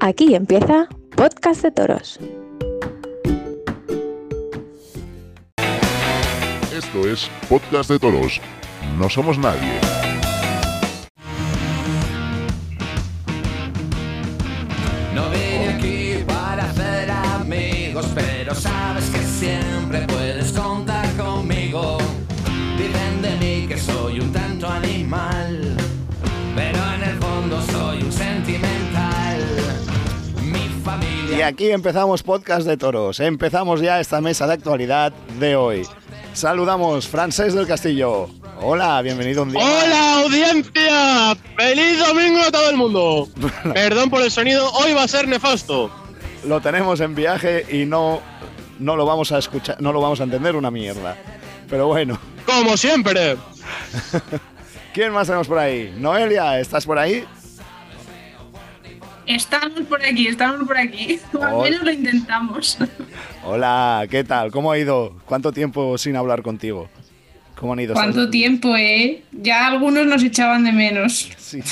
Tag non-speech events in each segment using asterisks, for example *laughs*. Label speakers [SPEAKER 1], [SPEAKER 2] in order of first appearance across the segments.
[SPEAKER 1] Aquí empieza Podcast de Toros.
[SPEAKER 2] Esto es Podcast de Toros. No somos nadie.
[SPEAKER 3] No vine aquí para hacer amigos, pero sabes que siempre puedes contar conmigo. Dicen de mí que soy un tanto animal, pero en el fondo soy un sentimental. Mi
[SPEAKER 4] Y
[SPEAKER 3] familia.
[SPEAKER 4] aquí empezamos Podcast de Toros. Empezamos ya esta mesa de actualidad de hoy. Saludamos, Francés del Castillo. Hola, bienvenido un día. más.
[SPEAKER 5] ¡Hola, audiencia! ¡Feliz domingo a todo el mundo! Perdón por el sonido, hoy va a ser nefasto.
[SPEAKER 4] Lo tenemos en viaje y no, no lo vamos a escuchar, no lo vamos a entender una mierda. Pero bueno,
[SPEAKER 5] Como siempre.
[SPEAKER 4] ¿quién más tenemos por ahí? Noelia, ¿estás por ahí?
[SPEAKER 6] Estamos por aquí, estamos por aquí. *laughs* Al
[SPEAKER 4] Hola.
[SPEAKER 6] menos lo intentamos.
[SPEAKER 4] Hola, ¿qué tal? ¿Cómo ha ido? ¿Cuánto tiempo sin hablar contigo? ¿Cómo han ido? estas
[SPEAKER 6] ¿Cuánto
[SPEAKER 4] semanas?
[SPEAKER 6] tiempo, eh? Ya algunos nos echaban de menos.
[SPEAKER 4] Sí,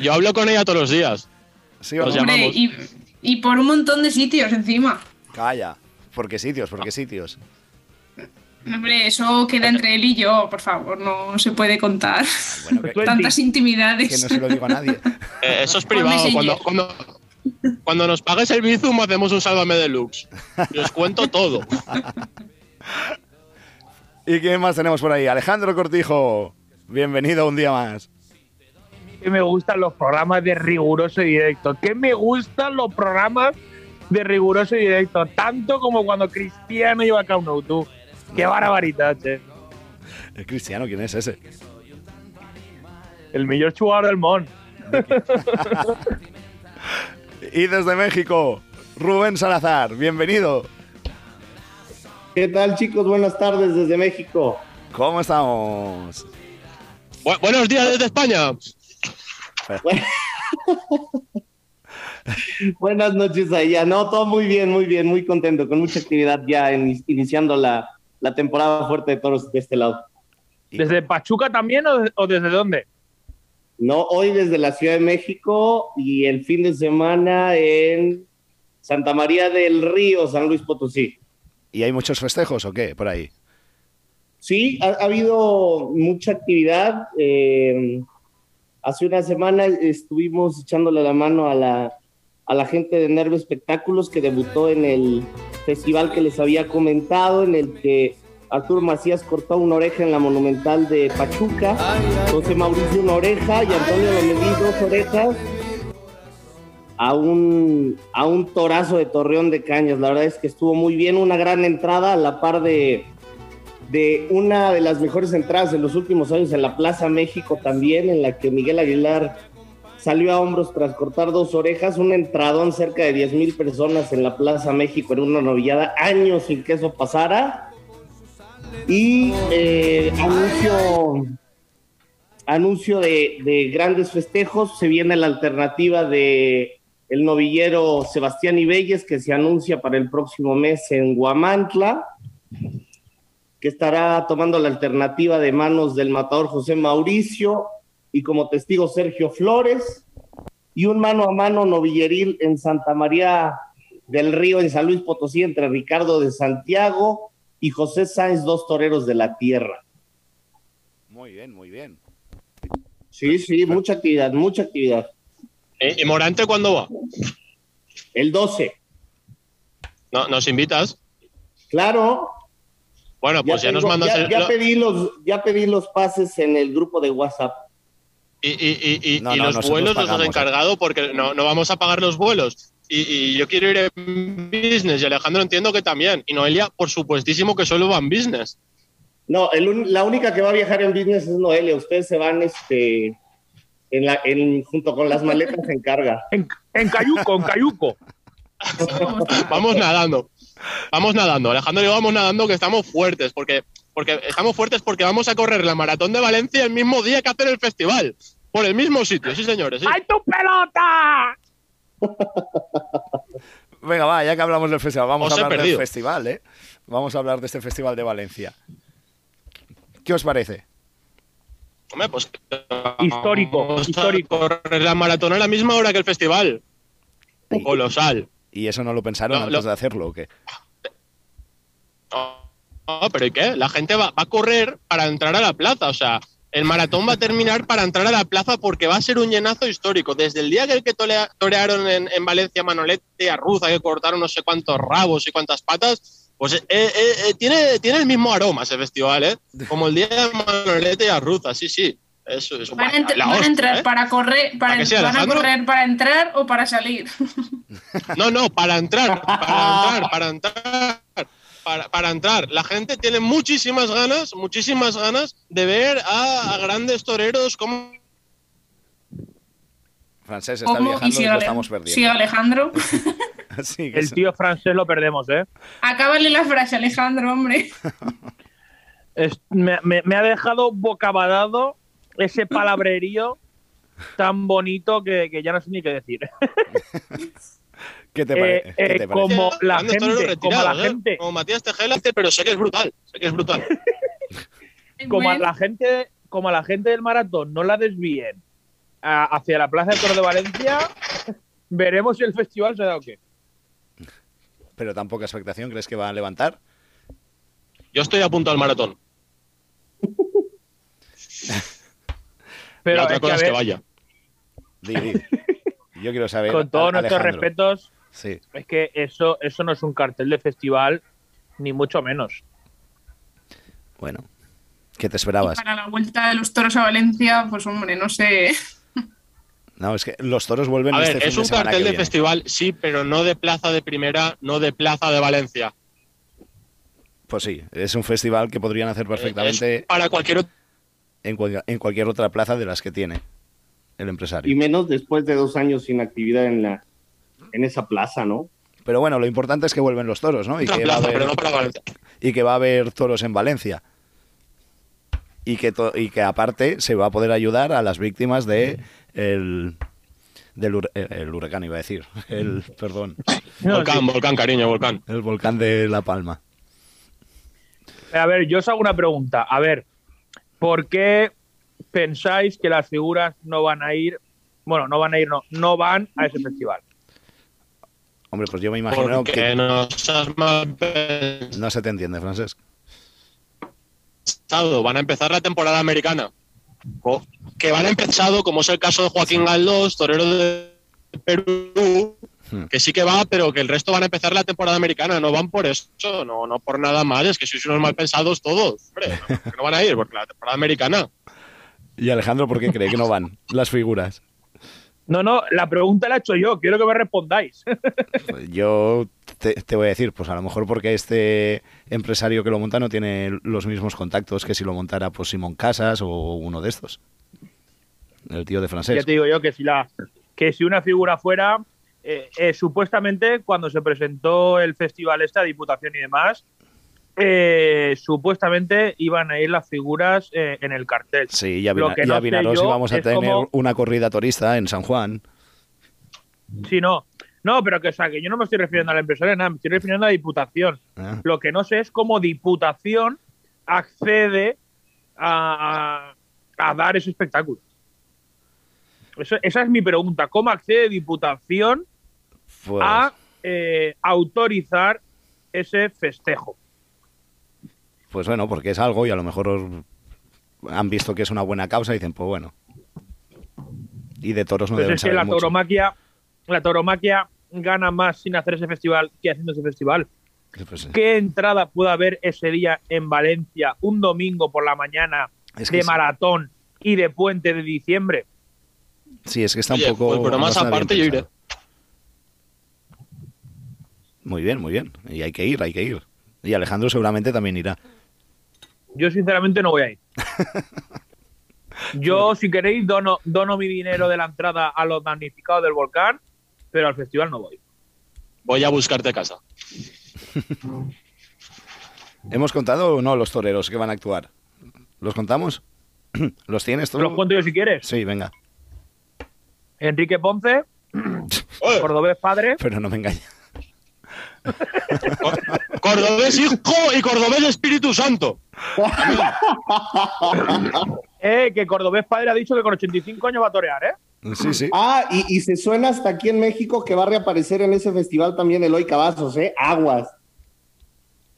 [SPEAKER 5] Yo hablo con ella todos los días.
[SPEAKER 4] sí o
[SPEAKER 5] Nos
[SPEAKER 4] no?
[SPEAKER 5] llama-
[SPEAKER 6] Hombre,
[SPEAKER 5] llamamos.
[SPEAKER 6] y, y por un montón de sitios encima.
[SPEAKER 4] Calla. ¿Por qué sitios? ¿Por qué sitios?
[SPEAKER 6] Hombre, eso queda entre él y yo, por favor, no se puede contar.
[SPEAKER 4] Bueno, que,
[SPEAKER 6] Tantas
[SPEAKER 4] que no
[SPEAKER 6] intimidades. *laughs*
[SPEAKER 4] se lo digo a nadie.
[SPEAKER 5] Eh, eso es
[SPEAKER 6] Por
[SPEAKER 5] privado.
[SPEAKER 6] Messenger.
[SPEAKER 5] Cuando, cuando, cuando nos pagues el Bizum, hacemos un sálvame deluxe. Y os cuento todo.
[SPEAKER 4] ¿Y quién más tenemos por ahí? Alejandro Cortijo. Bienvenido un día más.
[SPEAKER 7] que me gustan los programas de riguroso y directo. Que me gustan los programas de riguroso y directo. Tanto como cuando Cristiano lleva a Count tú. Qué barbaridad, che.
[SPEAKER 4] El cristiano, ¿quién es ese?
[SPEAKER 7] El mejor jugador del mundo.
[SPEAKER 4] Y desde México, Rubén Salazar. Bienvenido.
[SPEAKER 8] ¿Qué tal, chicos? Buenas tardes desde México.
[SPEAKER 4] ¿Cómo estamos?
[SPEAKER 5] Bu- buenos días desde España.
[SPEAKER 8] Buenas noches allá. No, todo muy bien, muy bien, muy contento, con mucha actividad ya en- iniciando la, la temporada fuerte de toros de este lado.
[SPEAKER 7] ¿Desde Pachuca también o, o desde dónde?
[SPEAKER 8] No, hoy desde la Ciudad de México y el fin de semana en Santa María del Río, San Luis Potosí.
[SPEAKER 4] ¿Y hay muchos festejos o qué por ahí?
[SPEAKER 8] Sí, ha, ha habido mucha actividad. eh, hace una semana estuvimos echándole la mano a la, a la gente de Nervo Espectáculos que debutó en el festival que les había comentado, en el que Arturo Macías cortó una oreja en la Monumental de Pachuca, José Mauricio una oreja y Antonio Lomelí dos orejas. A un, a un torazo de Torreón de Cañas. La verdad es que estuvo muy bien, una gran entrada a la par de, de una de las mejores entradas en los últimos años en la Plaza México también, en la que Miguel Aguilar salió a hombros tras cortar dos orejas, un entradón cerca de 10 mil personas en la Plaza México en una novillada, años sin que eso pasara. Y eh, anuncio, anuncio de, de grandes festejos, se viene la alternativa de el novillero Sebastián Ibelles que se anuncia para el próximo mes en Guamantla que estará tomando la alternativa de manos del matador José Mauricio y como testigo Sergio Flores, y un mano a mano novilleril en Santa María del Río, en San Luis Potosí, entre Ricardo de Santiago y José Sáenz, dos toreros de la tierra.
[SPEAKER 4] Muy bien, muy bien.
[SPEAKER 8] Sí, sí, mucha actividad, mucha actividad.
[SPEAKER 5] ¿Y y Morante cuándo va?
[SPEAKER 8] El 12,
[SPEAKER 5] No, ¿Nos invitas?
[SPEAKER 8] claro.
[SPEAKER 5] Bueno, pues ya,
[SPEAKER 8] tengo-
[SPEAKER 5] nos mandas
[SPEAKER 8] ya-
[SPEAKER 5] el.
[SPEAKER 8] ya
[SPEAKER 5] lo-
[SPEAKER 8] pedí los, ya pedí los pases en el grupo de WhatsApp.
[SPEAKER 5] Y, y- y- y-
[SPEAKER 4] No,
[SPEAKER 5] y
[SPEAKER 4] no,
[SPEAKER 5] los
[SPEAKER 4] nosotros
[SPEAKER 5] vuelos los
[SPEAKER 4] pagamos,
[SPEAKER 5] has encargado porque no, no vamos a pagar los vuelos. Y, y yo quiero ir en business y Alejandro entiendo que también. Y Noelia, por supuestísimo que solo va en business.
[SPEAKER 8] No, el un- la única que va a viajar en business es Noelia. Ustedes se van este, en la, en, junto con las maletas en carga.
[SPEAKER 7] *laughs* En, en Cayuco, en Cayuco.
[SPEAKER 5] Vamos nadando. Vamos nadando. Alejandro y yo vamos nadando que estamos fuertes porque, porque estamos fuertes porque vamos a correr la maratón de Valencia el mismo día que hacer el festival. Por el mismo sitio, sí señores. sí.
[SPEAKER 7] ¡Ay, tu pelota!
[SPEAKER 4] Venga, va, ya que hablamos del festival, vamos
[SPEAKER 5] Os
[SPEAKER 4] a
[SPEAKER 5] he
[SPEAKER 4] hablar del
[SPEAKER 5] perdido.
[SPEAKER 4] festival, ¿eh? Vamos a hablar de este festival de Valencia. ¿Qué os parece?
[SPEAKER 5] Hombre, pues.
[SPEAKER 7] Histórico,
[SPEAKER 5] vamos a
[SPEAKER 7] histórico.
[SPEAKER 5] Correr la maratón a la misma hora que el festival.
[SPEAKER 4] Sí.
[SPEAKER 5] Colosal.
[SPEAKER 4] ¿Y eso no lo pensaron
[SPEAKER 5] Lo-
[SPEAKER 4] antes
[SPEAKER 5] lo-
[SPEAKER 4] de hacerlo o qué?
[SPEAKER 5] No, no, pero ¿y qué? La gente va, va a correr para entrar a la plaza. O sea, el maratón va a terminar para entrar a la plaza porque va a ser un llenazo histórico. Desde el día que, que tolea- torearon en, en Valencia a Manolete, a Ruza, que cortaron no sé cuántos rabos y cuántas patas, pues eh, eh, eh, tiene, tiene el mismo aroma ese festival, ¿eh? Como el día de Manolete y Arruza, sí, sí. Eso es
[SPEAKER 6] Van a, entr-
[SPEAKER 5] la
[SPEAKER 6] van a
[SPEAKER 5] hostia,
[SPEAKER 6] entrar
[SPEAKER 5] ¿eh?
[SPEAKER 6] para correr, para,
[SPEAKER 5] ¿Para que sea,
[SPEAKER 6] van a
[SPEAKER 5] Alejandro?
[SPEAKER 6] correr para entrar o para salir.
[SPEAKER 5] No, no, para entrar,
[SPEAKER 7] *laughs*
[SPEAKER 5] para entrar, para entrar. Para, para entrar. La gente tiene muchísimas ganas, muchísimas ganas de ver a, a grandes toreros como.
[SPEAKER 4] Francés está
[SPEAKER 6] ¿Cómo?
[SPEAKER 4] viajando y,
[SPEAKER 6] sigue
[SPEAKER 4] lo
[SPEAKER 6] Ale-
[SPEAKER 4] estamos *laughs*
[SPEAKER 6] sigue
[SPEAKER 4] perdiendo.
[SPEAKER 6] Alejandro.
[SPEAKER 4] Así que
[SPEAKER 7] El
[SPEAKER 4] eso-
[SPEAKER 7] tío francés lo perdemos, ¿eh?
[SPEAKER 6] Acábale la frase, Alejandro, hombre.
[SPEAKER 7] Es- me, me- me ha dejado bocabadado ese palabrerío tan bonito que, que ya no sé ni qué decir.
[SPEAKER 4] ¿Qué te,
[SPEAKER 7] eh,
[SPEAKER 4] parece? ¿Qué
[SPEAKER 7] eh,
[SPEAKER 4] te parece?
[SPEAKER 7] como la
[SPEAKER 5] Grandes toreros
[SPEAKER 7] gente, como
[SPEAKER 5] retirados,
[SPEAKER 7] la
[SPEAKER 5] ¿eh?
[SPEAKER 7] gente.
[SPEAKER 5] Como Matías Tejela, este, pero sé que es brutal, sé que es brutal.
[SPEAKER 7] como a
[SPEAKER 6] Bueno,
[SPEAKER 7] la gente como a la gente del maratón no la desvíen a- hacia la plaza de Toro de Valencia *laughs* veremos si el festival se da o qué
[SPEAKER 4] Pero tan poca expectación, ¿crees que va a levantar?
[SPEAKER 5] Yo estoy a punto al maratón.
[SPEAKER 7] pero
[SPEAKER 5] la otra
[SPEAKER 7] es que,
[SPEAKER 5] cosa
[SPEAKER 7] a
[SPEAKER 5] es que
[SPEAKER 7] ver,
[SPEAKER 5] vaya.
[SPEAKER 4] Di, di. Yo quiero saber.
[SPEAKER 7] con todos nuestros
[SPEAKER 4] Alejandro.
[SPEAKER 7] respetos
[SPEAKER 4] Sí.
[SPEAKER 7] es que eso eso no es un cartel de festival ni mucho menos
[SPEAKER 4] Bueno, ¿qué te esperabas?
[SPEAKER 6] para la vuelta de los toros a Valencia, pues hombre, no sé.
[SPEAKER 4] No, es que los toros vuelven
[SPEAKER 5] A
[SPEAKER 4] este
[SPEAKER 5] ver,
[SPEAKER 4] fin
[SPEAKER 5] es
[SPEAKER 4] de
[SPEAKER 5] un
[SPEAKER 4] semana que
[SPEAKER 5] cartel de
[SPEAKER 4] viene.
[SPEAKER 5] festival, sí, pero no de plaza de primera, no de plaza de Valencia. Eh,
[SPEAKER 4] Pues sí, es un festival que podrían
[SPEAKER 5] Eh,
[SPEAKER 4] hacer perfectamente
[SPEAKER 5] Es para cualquier otro.
[SPEAKER 4] en, cual- en cualquier otra plaza de las que tiene el
[SPEAKER 8] Y
[SPEAKER 4] empresario.
[SPEAKER 8] menos después de dos años sin actividad en, la, en esa plaza, ¿no?
[SPEAKER 4] Pero bueno, lo importante es que vuelven los toros, ¿no? Y
[SPEAKER 5] Otra
[SPEAKER 4] que, va a
[SPEAKER 5] plaza,
[SPEAKER 4] haber,
[SPEAKER 5] pero no para Valencia.
[SPEAKER 4] y que va a haber toros en Valencia. Y que, to- y que aparte se va a poder ayudar a las víctimas de el, del hur- eh, el huracán, iba a decir. El, perdón,
[SPEAKER 7] No,
[SPEAKER 5] volcán, volcán, cariño, volcán.
[SPEAKER 4] el volcán de La Palma.
[SPEAKER 7] a ver yo os hago una pregunta a ver por qué pensáis que las figuras no van a ir bueno no van a ir no no van a ese festival
[SPEAKER 4] Hombre, pues yo me imagino
[SPEAKER 5] Porque
[SPEAKER 4] que...
[SPEAKER 5] no seas mal pensado.
[SPEAKER 4] No se te entiende, Francesc.
[SPEAKER 5] empezado, van a empezar la temporada americana. Co- Que van a empezado, como es el caso de Joaquín Galdós, torero de Perú,
[SPEAKER 4] Hmm.
[SPEAKER 5] que sí que va, pero que el resto van a empezar la temporada americana. No van por eso, no, no por nada más. Es que sois unos mal pensados todos. Hombre, no, que no van a ir, porque la temporada americana.
[SPEAKER 4] Y Alejandro, ¿por qué cree que no van las figuras?
[SPEAKER 7] no no la pregunta la he hecho yo quiero que me respondáis
[SPEAKER 4] Pues Yo te, te voy a decir, pues a lo mejor porque este empresario que lo monta no tiene los mismos contactos que si lo montara pues Simón Casas o uno de estos. El tío de
[SPEAKER 7] Ya
[SPEAKER 4] francés.
[SPEAKER 7] te digo yo que si la que si una figura fuera eh, eh, supuestamente cuando se presentó el festival esta Diputación y demás eh, supuestamente iban a ir las figuras eh, en el cartel.
[SPEAKER 4] Sí, ya,
[SPEAKER 7] Lo
[SPEAKER 4] Vina-
[SPEAKER 7] que
[SPEAKER 4] ya
[SPEAKER 7] no sé
[SPEAKER 4] Vinaroz
[SPEAKER 7] yo
[SPEAKER 4] íbamos a
[SPEAKER 7] es
[SPEAKER 4] tener
[SPEAKER 7] cómo-
[SPEAKER 4] una corrida torista en San Juan.
[SPEAKER 7] Sí, no. No, pero que o sea, que yo no me estoy refiriendo a la empresaria, nada, me estoy refiriendo a la Diputación.
[SPEAKER 4] Ah,
[SPEAKER 7] Lo que no sé es cómo Diputación accede a, a- a dar ese espectáculo. Eso- esa es mi pregunta. ¿Cómo accede Diputación
[SPEAKER 4] pues,
[SPEAKER 7] a eh, autorizar ese festejo.
[SPEAKER 4] pues bueno, porque es algo y a lo mejor os- han visto que es una buena causa y dicen, pues bueno. Y de toros no deben
[SPEAKER 7] Entonces Pues es que la
[SPEAKER 4] saber mucho.
[SPEAKER 7] tauromaquia, la tauromaquia gana más sin hacer ese festival que haciendo ese festival.
[SPEAKER 4] Pues sí.
[SPEAKER 7] ¿Qué entrada puede haber ese día en Valencia, un domingo por la mañana
[SPEAKER 4] Es que
[SPEAKER 7] de
[SPEAKER 4] sí.
[SPEAKER 7] maratón y de puente de diciembre?
[SPEAKER 4] Sí, es que está un
[SPEAKER 5] Oye,
[SPEAKER 4] poco.
[SPEAKER 5] pues, pero
[SPEAKER 4] no
[SPEAKER 5] más
[SPEAKER 4] está bien
[SPEAKER 5] aparte yo iré.
[SPEAKER 4] pensado. Muy bien, muy bien. Y hay que ir, hay que ir. Y Alejandro seguramente también irá.
[SPEAKER 7] Yo sinceramente no
[SPEAKER 4] *laughs*
[SPEAKER 7] voy a ir. Yo, si queréis, dono, dono mi dinero de la entrada a los damnificados del volcán, pero al festival no voy.
[SPEAKER 5] Voy a buscarte casa.
[SPEAKER 4] ¿Hemos contado o no los toreros que van a actuar? ¿Los contamos? *clears throat* ¿Los tienes
[SPEAKER 7] Te
[SPEAKER 4] todos?
[SPEAKER 7] los cuento yo si quieres.
[SPEAKER 4] Sí, venga.
[SPEAKER 7] Enrique Ponce,
[SPEAKER 5] ¡Eh!
[SPEAKER 7] *laughs* cordobés padre,
[SPEAKER 4] Pero no me engañes.
[SPEAKER 5] Cor- Cordobés hijo y cordobés Espíritu Santo.
[SPEAKER 7] Eh, que Cordobés Padre ha dicho que con 85 años va a torear, ¿eh?
[SPEAKER 4] Sí, sí.
[SPEAKER 8] Ah, y, y se suena hasta aquí en México que va a reaparecer en ese festival también Eloy Cavazos, ¿eh? Aguas.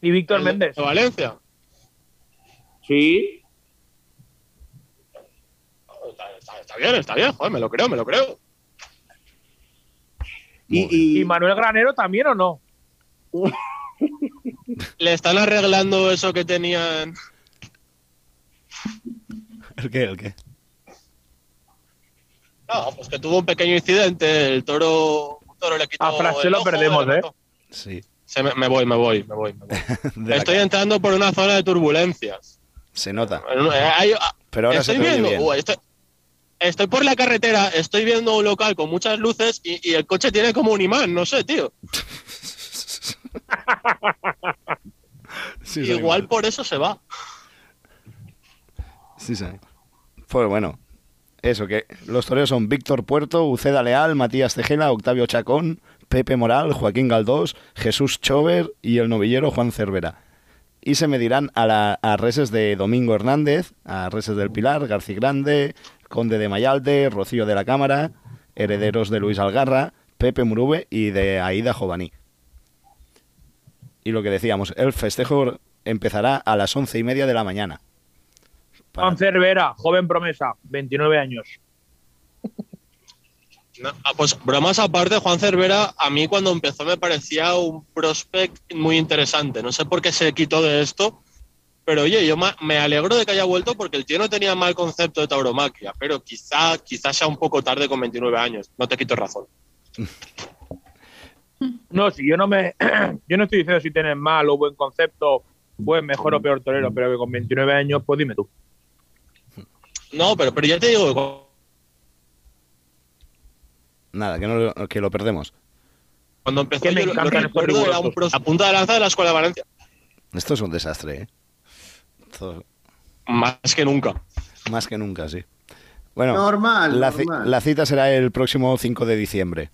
[SPEAKER 7] Y Víctor
[SPEAKER 5] El de-
[SPEAKER 7] Méndez.
[SPEAKER 5] De Valencia.
[SPEAKER 8] Sí.
[SPEAKER 5] Está, está- está bien, está bien, joder, me lo creo, me lo creo.
[SPEAKER 8] Y,
[SPEAKER 4] Muy
[SPEAKER 8] y-
[SPEAKER 7] ¿Y Manuel Granero también o no?
[SPEAKER 5] Le están arreglando eso que tenían.
[SPEAKER 4] ¿El qué? ¿El qué?
[SPEAKER 5] No, pues que tuvo un pequeño incidente, el toro, un toro le quitó.
[SPEAKER 7] A Fras se
[SPEAKER 5] el
[SPEAKER 7] lo
[SPEAKER 5] ojo,
[SPEAKER 7] perdemos,
[SPEAKER 5] le
[SPEAKER 7] ¿eh?
[SPEAKER 5] mató.
[SPEAKER 4] Sí.
[SPEAKER 5] Se me, me voy, me voy, me voy. me voy.
[SPEAKER 4] *laughs* De la
[SPEAKER 5] Estoy
[SPEAKER 4] ca-
[SPEAKER 5] entrando por una zona de turbulencias.
[SPEAKER 4] Se nota.
[SPEAKER 5] En un- eh, hay- ah,
[SPEAKER 4] Pero ahora
[SPEAKER 5] estoy
[SPEAKER 4] se te oye
[SPEAKER 5] viendo,
[SPEAKER 4] bien.
[SPEAKER 5] uh, estoy, estoy por la carretera, estoy viendo un local con muchas luces y, y el coche tiene como un imán, no sé, tío.
[SPEAKER 4] Sí, señor.
[SPEAKER 5] Igual por eso se va.
[SPEAKER 4] Sí, señor. Pues bueno, eso que los toreros son Víctor Puerto, Uceda Leal, Matías Tejela, Octavio Chacón, Pepe Moral, Joaquín Galdós, Jesús Chover y el novillero Juan Cervera. Y se medirán a, la- a reses de Domingo Hernández, a reses del Pilar, García Grande, Conde de Mayalde, Rocío de la Cámara, herederos de Luis Algarra, Pepe Murube y de Aida Jovaní. Y lo que decíamos, el festejo empezará a las once y media de la mañana. Para-
[SPEAKER 7] Juan Cervera, joven promesa, 29 años.
[SPEAKER 5] No, ah, pues bromas aparte, Juan Cervera, a mí cuando empezó me parecía un prospect muy interesante. No sé por qué se quitó de esto, pero oye, yo ma- me alegro de que haya vuelto porque el tío no tenía mal concepto de tauromaquia, pero quizá, quizá sea un poco tarde con 29 años. No te quito razón.
[SPEAKER 7] No, si yo no me. *clears throat* yo no estoy diciendo si tienes mal o buen concepto, pues mejor o peor torero, pero que con 29 años, pues dime tú.
[SPEAKER 5] No, pero, pero ya te digo, cu-
[SPEAKER 4] Nada, que, no lo- que lo perdemos.
[SPEAKER 5] cuando empezó
[SPEAKER 7] Que me
[SPEAKER 5] yo lo- lo
[SPEAKER 7] encantan estos
[SPEAKER 5] recuerdo era
[SPEAKER 7] rigurosos.
[SPEAKER 5] un prospect, a punta de lanza de la Escuela de Valencia.
[SPEAKER 4] Esto es un desastre, ¿eh? Esto-
[SPEAKER 5] Más que nunca.
[SPEAKER 4] más que nunca, sí. Bueno,
[SPEAKER 9] Normal,
[SPEAKER 4] la, ci-
[SPEAKER 9] normal.
[SPEAKER 4] la cita será el próximo 5 de diciembre.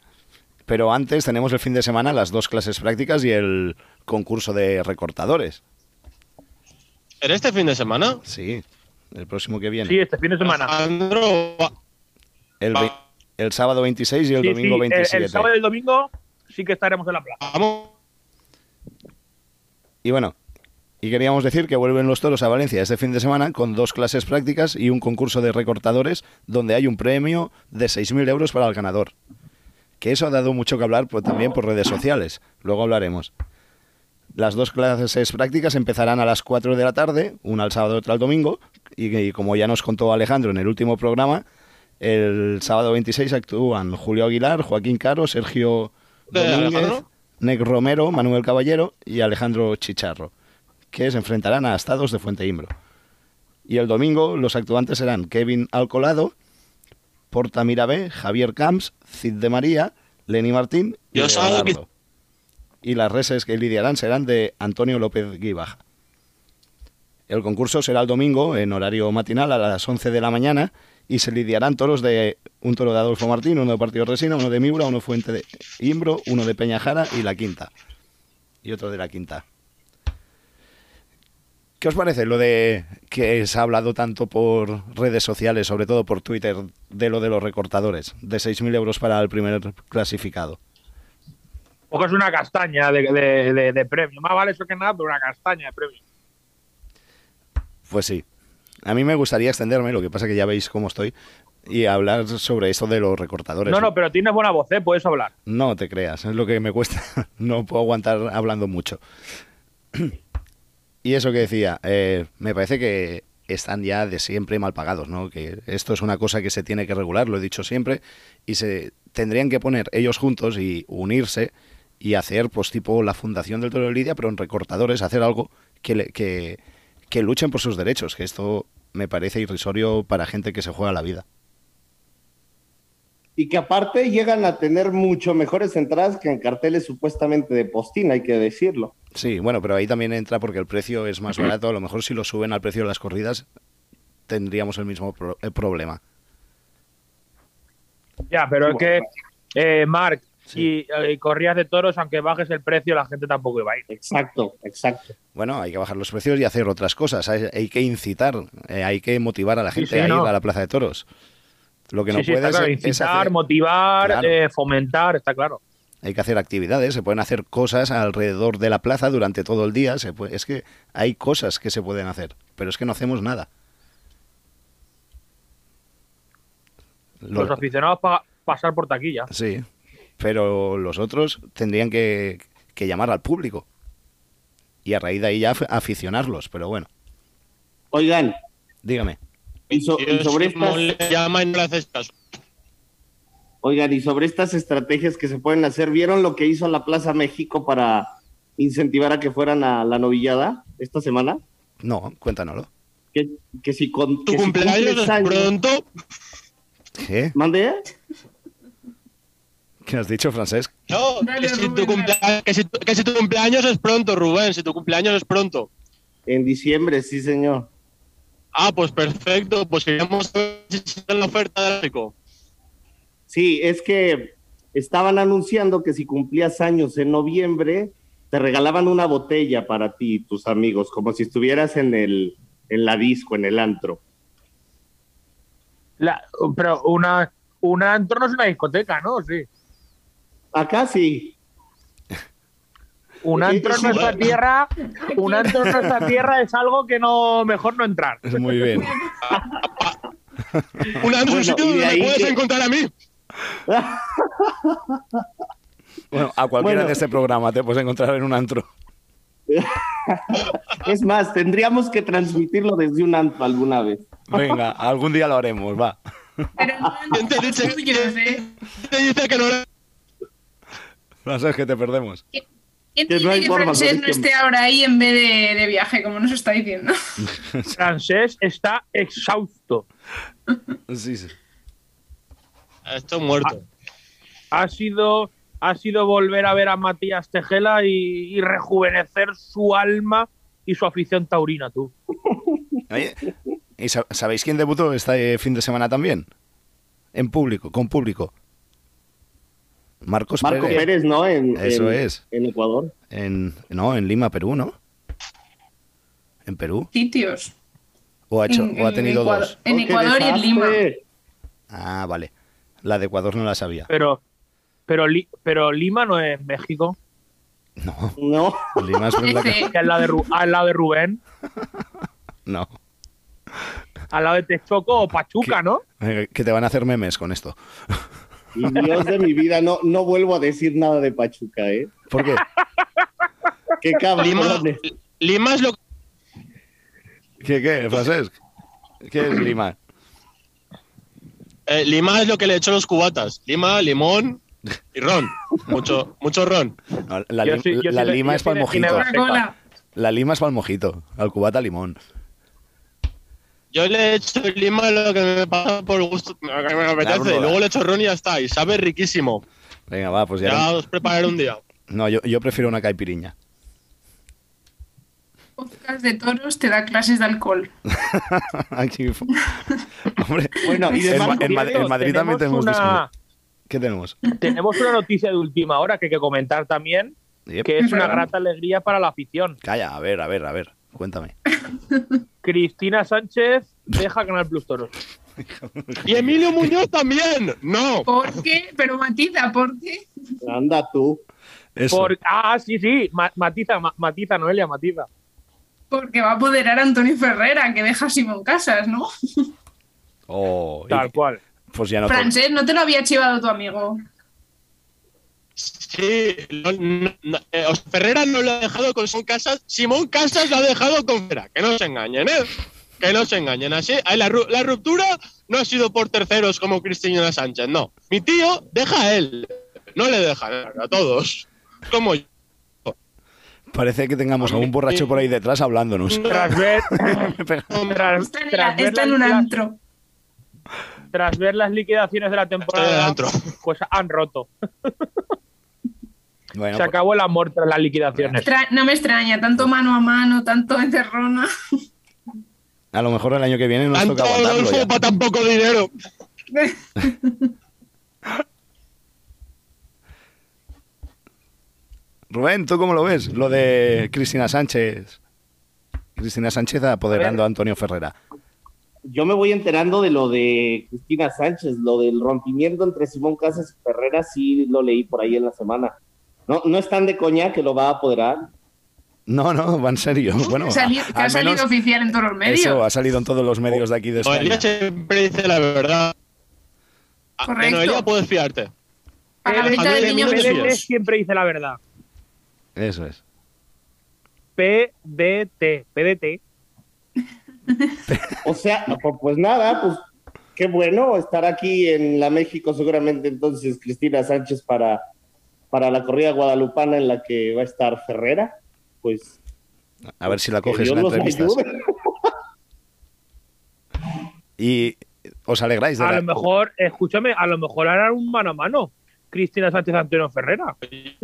[SPEAKER 4] Pero antes tenemos el fin de semana las dos clases prácticas y el concurso de recortadores.
[SPEAKER 5] ¿En este fin de semana?
[SPEAKER 4] Sí, el próximo que viene.
[SPEAKER 7] Sí, este fin de semana.
[SPEAKER 4] Ah,
[SPEAKER 5] Alejandro, va-
[SPEAKER 4] el, ve-
[SPEAKER 5] va-
[SPEAKER 4] el sábado 26 y el
[SPEAKER 7] Sí, sí,
[SPEAKER 4] domingo
[SPEAKER 7] el-
[SPEAKER 4] 27.
[SPEAKER 7] el sábado y el domingo sí que estaremos en la plaza.
[SPEAKER 5] vamos.
[SPEAKER 4] Y bueno, y queríamos decir que vuelven los toros a Valencia este fin de semana con dos clases prácticas y un concurso de recortadores donde hay un premio de 6.000 euros para el ganador. Que eso ha dado mucho que hablar pues, también por redes sociales. Luego hablaremos. Las dos clases prácticas empezarán a las 4 de la tarde, una al sábado y otra al domingo. Y, y como ya nos contó Alejandro en el último programa, el sábado 26 actúan Julio Aguilar, Joaquín Caro, Sergio
[SPEAKER 5] ¿De
[SPEAKER 4] Domínguez,
[SPEAKER 5] Alejandro?
[SPEAKER 4] Nec Romero, Manuel Caballero y Alejandro Chicharro, que se enfrentarán a Estados de Fuente Imbro. Y el domingo los actuantes serán Kevin Alcolado, Porta Mirabé, Javier Camps, Cid de María, Lenny Martín y
[SPEAKER 5] Yo sabía
[SPEAKER 4] Leonardo. Y las reses que lidiarán serán de Antonio López Guibaja. El concurso será el domingo en horario matinal a las 11 de la mañana y se lidiarán toros de un toro de Adolfo Martín, uno de Partido Resina, uno de Mibra, uno de Fuente de Imbro, uno de Peñajara y la quinta. Y otro de la quinta. ¿Qué os parece lo de que se ha hablado tanto por redes sociales, sobre todo por Twitter, de lo de los recortadores? De 6.000 euros para el primer clasificado.
[SPEAKER 7] Porque es una castaña de, de- de- de premio. Más vale eso que nada, pero una castaña de premio.
[SPEAKER 4] Pues sí. A mí me gustaría extenderme, lo que pasa que ya veis cómo estoy, y hablar sobre esto de los recortadores.
[SPEAKER 7] No, no, pero tienes buena voz, ¿eh? puedes hablar.
[SPEAKER 4] No te creas, es lo que me cuesta. *laughs* No puedo aguantar hablando mucho. *clears throat* Y eso que decía, eh, me parece que están ya de siempre mal pagados, ¿no? Que esto es una cosa que se tiene que regular, lo he dicho siempre, y se tendrían que poner ellos juntos y unirse y hacer, pues, tipo la Fundación del Toro de Lidia, pero en recortadores, hacer algo que, le- que, que luchen por sus derechos, que esto me parece irrisorio para gente que se juega la vida.
[SPEAKER 8] y que aparte llegan a tener mucho mejores entradas que en carteles supuestamente de postín, hay que decirlo.
[SPEAKER 4] Sí, bueno, pero ahí también entra porque el precio es más barato. A lo mejor si lo suben al precio de las corridas, tendríamos el mismo pro- eh, problema.
[SPEAKER 7] Ya, pero es que, eh, Marc,
[SPEAKER 4] Sí.
[SPEAKER 7] y, eh, corrías de toros, aunque bajes el precio, la gente tampoco iba a ir.
[SPEAKER 8] Exacto, exacto.
[SPEAKER 4] Bueno, hay que bajar los precios y hacer otras cosas. Hay, hay que incitar, eh, hay que motivar a la
[SPEAKER 7] Sí,
[SPEAKER 4] gente
[SPEAKER 7] sí,
[SPEAKER 4] a ir
[SPEAKER 7] no.
[SPEAKER 4] a la plaza de toros. Lo que no
[SPEAKER 7] Sí, sí,
[SPEAKER 4] puedes
[SPEAKER 7] está claro,
[SPEAKER 4] es- es
[SPEAKER 7] incitar,
[SPEAKER 4] hacer-
[SPEAKER 7] motivar,
[SPEAKER 4] Claro.
[SPEAKER 7] eh, fomentar, está claro.
[SPEAKER 4] hay que hacer actividades, se pueden hacer cosas alrededor de la plaza durante todo el día. Se puede- es que hay cosas que se pueden hacer, pero es que no hacemos nada. Lo-
[SPEAKER 7] Los aficionados pa- pasar por taquilla.
[SPEAKER 4] sí, pero los otros tendrían que, que llamar al público y a raíz de ahí ya af- aficionarlos. Pero bueno,
[SPEAKER 8] Oigan,
[SPEAKER 4] dígame.
[SPEAKER 8] y, so- y
[SPEAKER 5] Dios,
[SPEAKER 8] sobre
[SPEAKER 5] cómo
[SPEAKER 8] estas,
[SPEAKER 5] le llama y no le haces caso.
[SPEAKER 8] oigan, y sobre estas estrategias que se pueden hacer, ¿vieron lo que hizo la Plaza México para incentivar a que fueran a la novillada esta semana?
[SPEAKER 4] No, cuéntanoslo.
[SPEAKER 8] Que, que si con
[SPEAKER 5] Tu
[SPEAKER 8] que si
[SPEAKER 5] cumpleaños
[SPEAKER 8] cumples
[SPEAKER 5] es
[SPEAKER 8] años-
[SPEAKER 5] pronto.
[SPEAKER 4] ¿Qué?
[SPEAKER 8] ¿Mande?
[SPEAKER 4] ¿Qué has dicho, Francesc?
[SPEAKER 5] No,
[SPEAKER 6] Dale,
[SPEAKER 5] que si, tu
[SPEAKER 6] Rubén,
[SPEAKER 5] cumplea- que si tu- que si tu cumpleaños es pronto, Rubén. Si tu cumpleaños es pronto.
[SPEAKER 8] En diciembre, sí, señor.
[SPEAKER 5] Ah, pues perfecto. Pues iremos a ver si está en la oferta de Áfrico.
[SPEAKER 8] Sí, es que estaban anunciando que si cumplías años en noviembre, te regalaban una botella para ti y tus amigos, como si estuvieras en el en la disco, en el antro.
[SPEAKER 7] La- pero una, un antro no es una discoteca, ¿no? Sí.
[SPEAKER 8] Acá sí. *laughs*
[SPEAKER 7] Un
[SPEAKER 8] Sí,
[SPEAKER 7] antro en
[SPEAKER 8] sí.
[SPEAKER 7] nuestra tierra, un antro en nuestra tierra es algo que no mejor no entrar.
[SPEAKER 4] Muy bien.
[SPEAKER 5] Un antro,
[SPEAKER 8] Bueno,
[SPEAKER 5] un sitio
[SPEAKER 8] y de
[SPEAKER 5] donde me
[SPEAKER 8] ahí
[SPEAKER 5] puedes
[SPEAKER 8] que-
[SPEAKER 5] encontrar a mí.
[SPEAKER 4] Bueno, a cualquiera
[SPEAKER 8] Bueno.
[SPEAKER 4] de este programa te puedes encontrar en un antro.
[SPEAKER 8] Es más, tendríamos que transmitirlo desde un antro alguna vez.
[SPEAKER 4] Venga, algún día lo haremos, va.
[SPEAKER 6] Pero no
[SPEAKER 5] ¿Quién te dice que-
[SPEAKER 6] tuyos, ¿eh?
[SPEAKER 5] Te dice que no le-
[SPEAKER 4] Francesc, que te perdemos.
[SPEAKER 6] ¿Quién
[SPEAKER 8] Que no
[SPEAKER 6] dice
[SPEAKER 8] hay
[SPEAKER 6] que
[SPEAKER 8] forma,
[SPEAKER 6] Francés no
[SPEAKER 8] Mauricio.
[SPEAKER 6] esté ahora ahí en vez de, de viaje, como nos está diciendo? *laughs*
[SPEAKER 7] Francés está exhausto.
[SPEAKER 4] Sí, sí.
[SPEAKER 5] Estoy muerto.
[SPEAKER 7] Ha sido, ha sido volver a ver a Matías Tejela y, y rejuvenecer su alma y su afición taurina, tú.
[SPEAKER 4] Oye, ¿y sa- sabéis quién debutó este fin de semana también? En público, con público. Marcos
[SPEAKER 8] Marco
[SPEAKER 4] Pérez.
[SPEAKER 8] Pérez, ¿no? En,
[SPEAKER 4] Pues Eso
[SPEAKER 8] en-
[SPEAKER 4] es.
[SPEAKER 8] En Ecuador.
[SPEAKER 4] En, no, en Lima, Perú, ¿no? En Perú.
[SPEAKER 6] Sitios.
[SPEAKER 4] ¿O ha, hecho,
[SPEAKER 6] En-
[SPEAKER 4] o ha
[SPEAKER 6] en
[SPEAKER 4] tenido
[SPEAKER 6] Ecuador.
[SPEAKER 4] dos?
[SPEAKER 6] En
[SPEAKER 8] ¡Oh, qué
[SPEAKER 6] Ecuador y en
[SPEAKER 8] desastre!
[SPEAKER 6] Lima.
[SPEAKER 4] Ah, vale. La de Ecuador no la sabía.
[SPEAKER 7] Pero, pero, Li- pero Lima no es México,
[SPEAKER 4] No,
[SPEAKER 8] No,
[SPEAKER 4] Lima
[SPEAKER 6] *laughs*
[SPEAKER 4] es la que-
[SPEAKER 6] F.
[SPEAKER 7] que al lado de, Ru- al lado de Rubén,
[SPEAKER 4] No.
[SPEAKER 7] al lado de Texcoco o Pachuca, ¿no?
[SPEAKER 4] Eh, Que te van a hacer memes con esto.
[SPEAKER 8] Dios de mi vida, no, no vuelvo a decir nada de Pachuca, ¿eh?
[SPEAKER 4] ¿Por qué?
[SPEAKER 8] Qué
[SPEAKER 5] Ah, Lima,
[SPEAKER 8] cabrones.
[SPEAKER 5] Lima es lo que
[SPEAKER 4] ¿Qué, qué, Francesc? ¿Qué es Lima?
[SPEAKER 5] eh, Lima es lo que le echo los cubatas. Lima, limón y ron. Mucho, mucho ron.
[SPEAKER 4] No, la
[SPEAKER 7] Yo
[SPEAKER 4] lim-
[SPEAKER 7] soy- yo
[SPEAKER 4] la
[SPEAKER 7] soy de-
[SPEAKER 4] lima
[SPEAKER 7] yo
[SPEAKER 4] es
[SPEAKER 7] soy
[SPEAKER 4] para el
[SPEAKER 7] de
[SPEAKER 4] mojito.
[SPEAKER 7] Ginebra.
[SPEAKER 6] Coca-Cola.
[SPEAKER 4] La lima es para el mojito. Al cubata limón.
[SPEAKER 5] Yo le echo Lima lo que me pasa por gusto, lo que me apetece.
[SPEAKER 4] broma.
[SPEAKER 5] Y luego le echo ron y ya está. Y sabe riquísimo.
[SPEAKER 4] Venga, va, pues ya.
[SPEAKER 5] Ya os prepararé un día.
[SPEAKER 4] No, yo, yo prefiero una caipiriña. *laughs*
[SPEAKER 6] Podcast de toros te da clases de alcohol.
[SPEAKER 4] Aquí fo- Hombre,
[SPEAKER 8] Bueno, y de
[SPEAKER 4] en,
[SPEAKER 8] Marco
[SPEAKER 4] Ma- en Ma- en Madrid también tenemos
[SPEAKER 7] una,
[SPEAKER 4] disco. ¿Qué tenemos?
[SPEAKER 7] tenemos una noticia de última hora que hay que comentar también,
[SPEAKER 4] Yep.
[SPEAKER 7] que es una
[SPEAKER 6] Claro.
[SPEAKER 7] grata alegría para la afición.
[SPEAKER 4] Calla, a ver, a ver, a ver. Cuéntame.
[SPEAKER 7] Cristina Sánchez deja Canal Plus Toros.
[SPEAKER 5] Y Emilio Muñoz también. No.
[SPEAKER 6] ¿Por qué? Pero matiza, ¿por qué?
[SPEAKER 8] Anda tú.
[SPEAKER 4] Eso.
[SPEAKER 7] Por- ah, sí, sí, ma- matiza, ma- matiza, Noelia, matiza.
[SPEAKER 6] Porque va a apoderar a Antonio Ferrera, que deja a Simón Casas, ¿no?
[SPEAKER 4] Oh, y-
[SPEAKER 7] Tal cual.
[SPEAKER 4] pues ya no te-
[SPEAKER 6] Francés, no te lo había chivado tu amigo.
[SPEAKER 5] Sí. no- no- no, eh, o sea, Ferrera no lo ha dejado con Simón Casas. Simón Casas lo ha dejado con Ferrera. Que no se engañen, ¿eh? Que no se engañen. Así, ahí la, ru- la ruptura no ha sido por terceros como Cristina Sánchez. No. Mi tío deja a él. No le deja a todos. Como yo.
[SPEAKER 4] Parece que tengamos a un borracho por ahí detrás
[SPEAKER 7] *laughs*
[SPEAKER 4] hablándonos.
[SPEAKER 7] Tras ver,
[SPEAKER 4] Pega-
[SPEAKER 7] tras,
[SPEAKER 6] Está en, la-
[SPEAKER 7] tras ver
[SPEAKER 6] está en un
[SPEAKER 7] las-
[SPEAKER 6] antro.
[SPEAKER 7] tras ver las liquidaciones de la
[SPEAKER 5] Estoy en el
[SPEAKER 7] temporada,
[SPEAKER 5] antro.
[SPEAKER 7] pues han roto.
[SPEAKER 4] *laughs* Bueno,
[SPEAKER 5] pues.
[SPEAKER 7] Se acabó el amor tras las liquidaciones.
[SPEAKER 6] Tra- no me extraña, tanto mano a mano, tanto encerrona.
[SPEAKER 4] pues, a lo mejor el año que viene nos
[SPEAKER 5] Tanto
[SPEAKER 4] toca aguantarlo
[SPEAKER 5] Rodolfo
[SPEAKER 4] ya.
[SPEAKER 5] para tan poco dinero.
[SPEAKER 4] Rubén, ¿tú cómo lo ves? Lo de Cristina Sánchez. Cristina Sánchez apoderando a Antonio Ferrera.
[SPEAKER 8] Yo me voy enterando de lo de Cristina Sánchez, lo del rompimiento entre Simón Casas y Ferrera, sí lo leí por ahí en la semana. No, no están de coña que lo va a apoderar.
[SPEAKER 4] No, no, va en serio. Pues Bueno,
[SPEAKER 6] Sali-
[SPEAKER 4] a-
[SPEAKER 6] que ha
[SPEAKER 4] al
[SPEAKER 6] salido
[SPEAKER 4] menos
[SPEAKER 6] oficial en todos los medios.
[SPEAKER 4] Eso ha salido en todos los medios de aquí de España.
[SPEAKER 5] Noelia siempre dice la verdad. Ah, De
[SPEAKER 6] Correcto.
[SPEAKER 5] Noelia puedes fiarte.
[SPEAKER 6] Palabrita
[SPEAKER 5] Javier,
[SPEAKER 6] del niño
[SPEAKER 5] Emilio
[SPEAKER 6] Jesús.
[SPEAKER 5] Jesús.
[SPEAKER 7] PDT siempre dice la verdad.
[SPEAKER 4] Eso es.
[SPEAKER 7] PDT. PDT.
[SPEAKER 8] O sea, pu- pues nada, pues qué bueno estar aquí en la México seguramente entonces Cristina Sánchez para, para la corrida guadalupana en la que va a estar Ferrera. Pues
[SPEAKER 4] A ver si la
[SPEAKER 8] que
[SPEAKER 4] coges
[SPEAKER 8] Dios
[SPEAKER 4] en
[SPEAKER 8] los
[SPEAKER 4] entrevistas.
[SPEAKER 8] ayude.
[SPEAKER 4] Y os alegráis de
[SPEAKER 7] A
[SPEAKER 4] la-
[SPEAKER 7] lo mejor, escúchame, a lo mejor harán un mano a mano. Cristina Sánchez Antonio Ferrera.
[SPEAKER 5] Oye,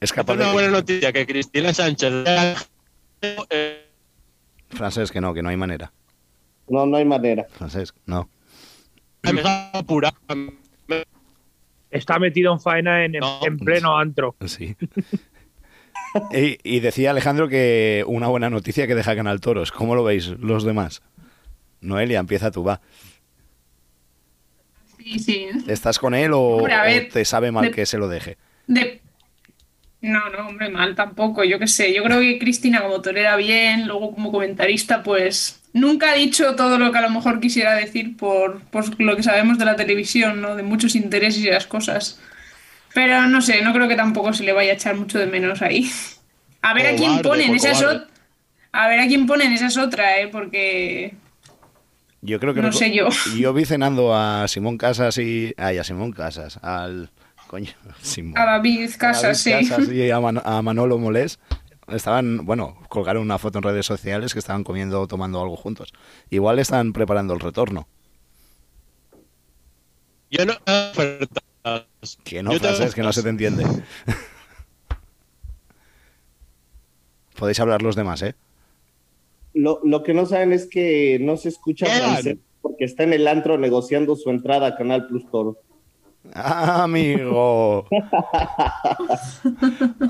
[SPEAKER 4] Es
[SPEAKER 5] Es
[SPEAKER 4] capaz
[SPEAKER 5] una
[SPEAKER 4] de...
[SPEAKER 5] buena noticia que Cristina Sánchez. eh,
[SPEAKER 4] Francés, que no, que no hay manera.
[SPEAKER 8] No, no hay manera.
[SPEAKER 4] Francés, no.
[SPEAKER 5] amiga pura.
[SPEAKER 7] Está metido en faena en,
[SPEAKER 5] No.
[SPEAKER 7] en pleno antro.
[SPEAKER 4] Sí. *laughs* y, y decía Alejandro que una buena noticia que deja Canal Toros. ¿Cómo lo veis los demás? Noelia, empieza tú, va.
[SPEAKER 6] Sí, sí.
[SPEAKER 4] ¿Estás con él o,
[SPEAKER 6] Hombre, a
[SPEAKER 4] o
[SPEAKER 6] ver,
[SPEAKER 4] te sabe mal
[SPEAKER 6] de-
[SPEAKER 4] que se lo deje?
[SPEAKER 6] De- No, no, hombre, mal tampoco, yo qué sé. Yo creo que Cristina como tolera bien, luego como comentarista, pues nunca ha dicho todo lo que a lo mejor quisiera decir por, por lo que sabemos de la televisión, ¿no? De muchos intereses y las cosas. Pero no sé, no creo que tampoco se le vaya a echar mucho de menos ahí. A ver a quién
[SPEAKER 5] Cobarde,
[SPEAKER 6] ponen,
[SPEAKER 5] por
[SPEAKER 6] esa es
[SPEAKER 5] cobarde.
[SPEAKER 6] ot- A ver a quién ponen, esa es otra, ¿eh? Porque
[SPEAKER 4] Yo creo que
[SPEAKER 6] No
[SPEAKER 4] reco-
[SPEAKER 6] sé yo.
[SPEAKER 4] Yo vi cenando a Simón Casas y. Ay, a Simón Casas. Al. Coño, *laughs* Simón.
[SPEAKER 6] a David Casas, sí.
[SPEAKER 4] A David Casas y a, Man- a Manolo Molés. Estaban, bueno, colgaron una foto en redes sociales que estaban comiendo o tomando algo juntos. Igual están preparando el retorno.
[SPEAKER 5] Yo no. ofertas.
[SPEAKER 4] Que no,
[SPEAKER 5] Yo te-
[SPEAKER 4] frases, que no se te entiende. *laughs* Podéis hablar los demás, ¿eh? *laughs*
[SPEAKER 8] Lo, lo que no saben es que no se escucha
[SPEAKER 5] Vean.
[SPEAKER 8] francés porque está en el antro negociando su entrada a Canal Plus Toro.
[SPEAKER 4] ¡Ah, amigo!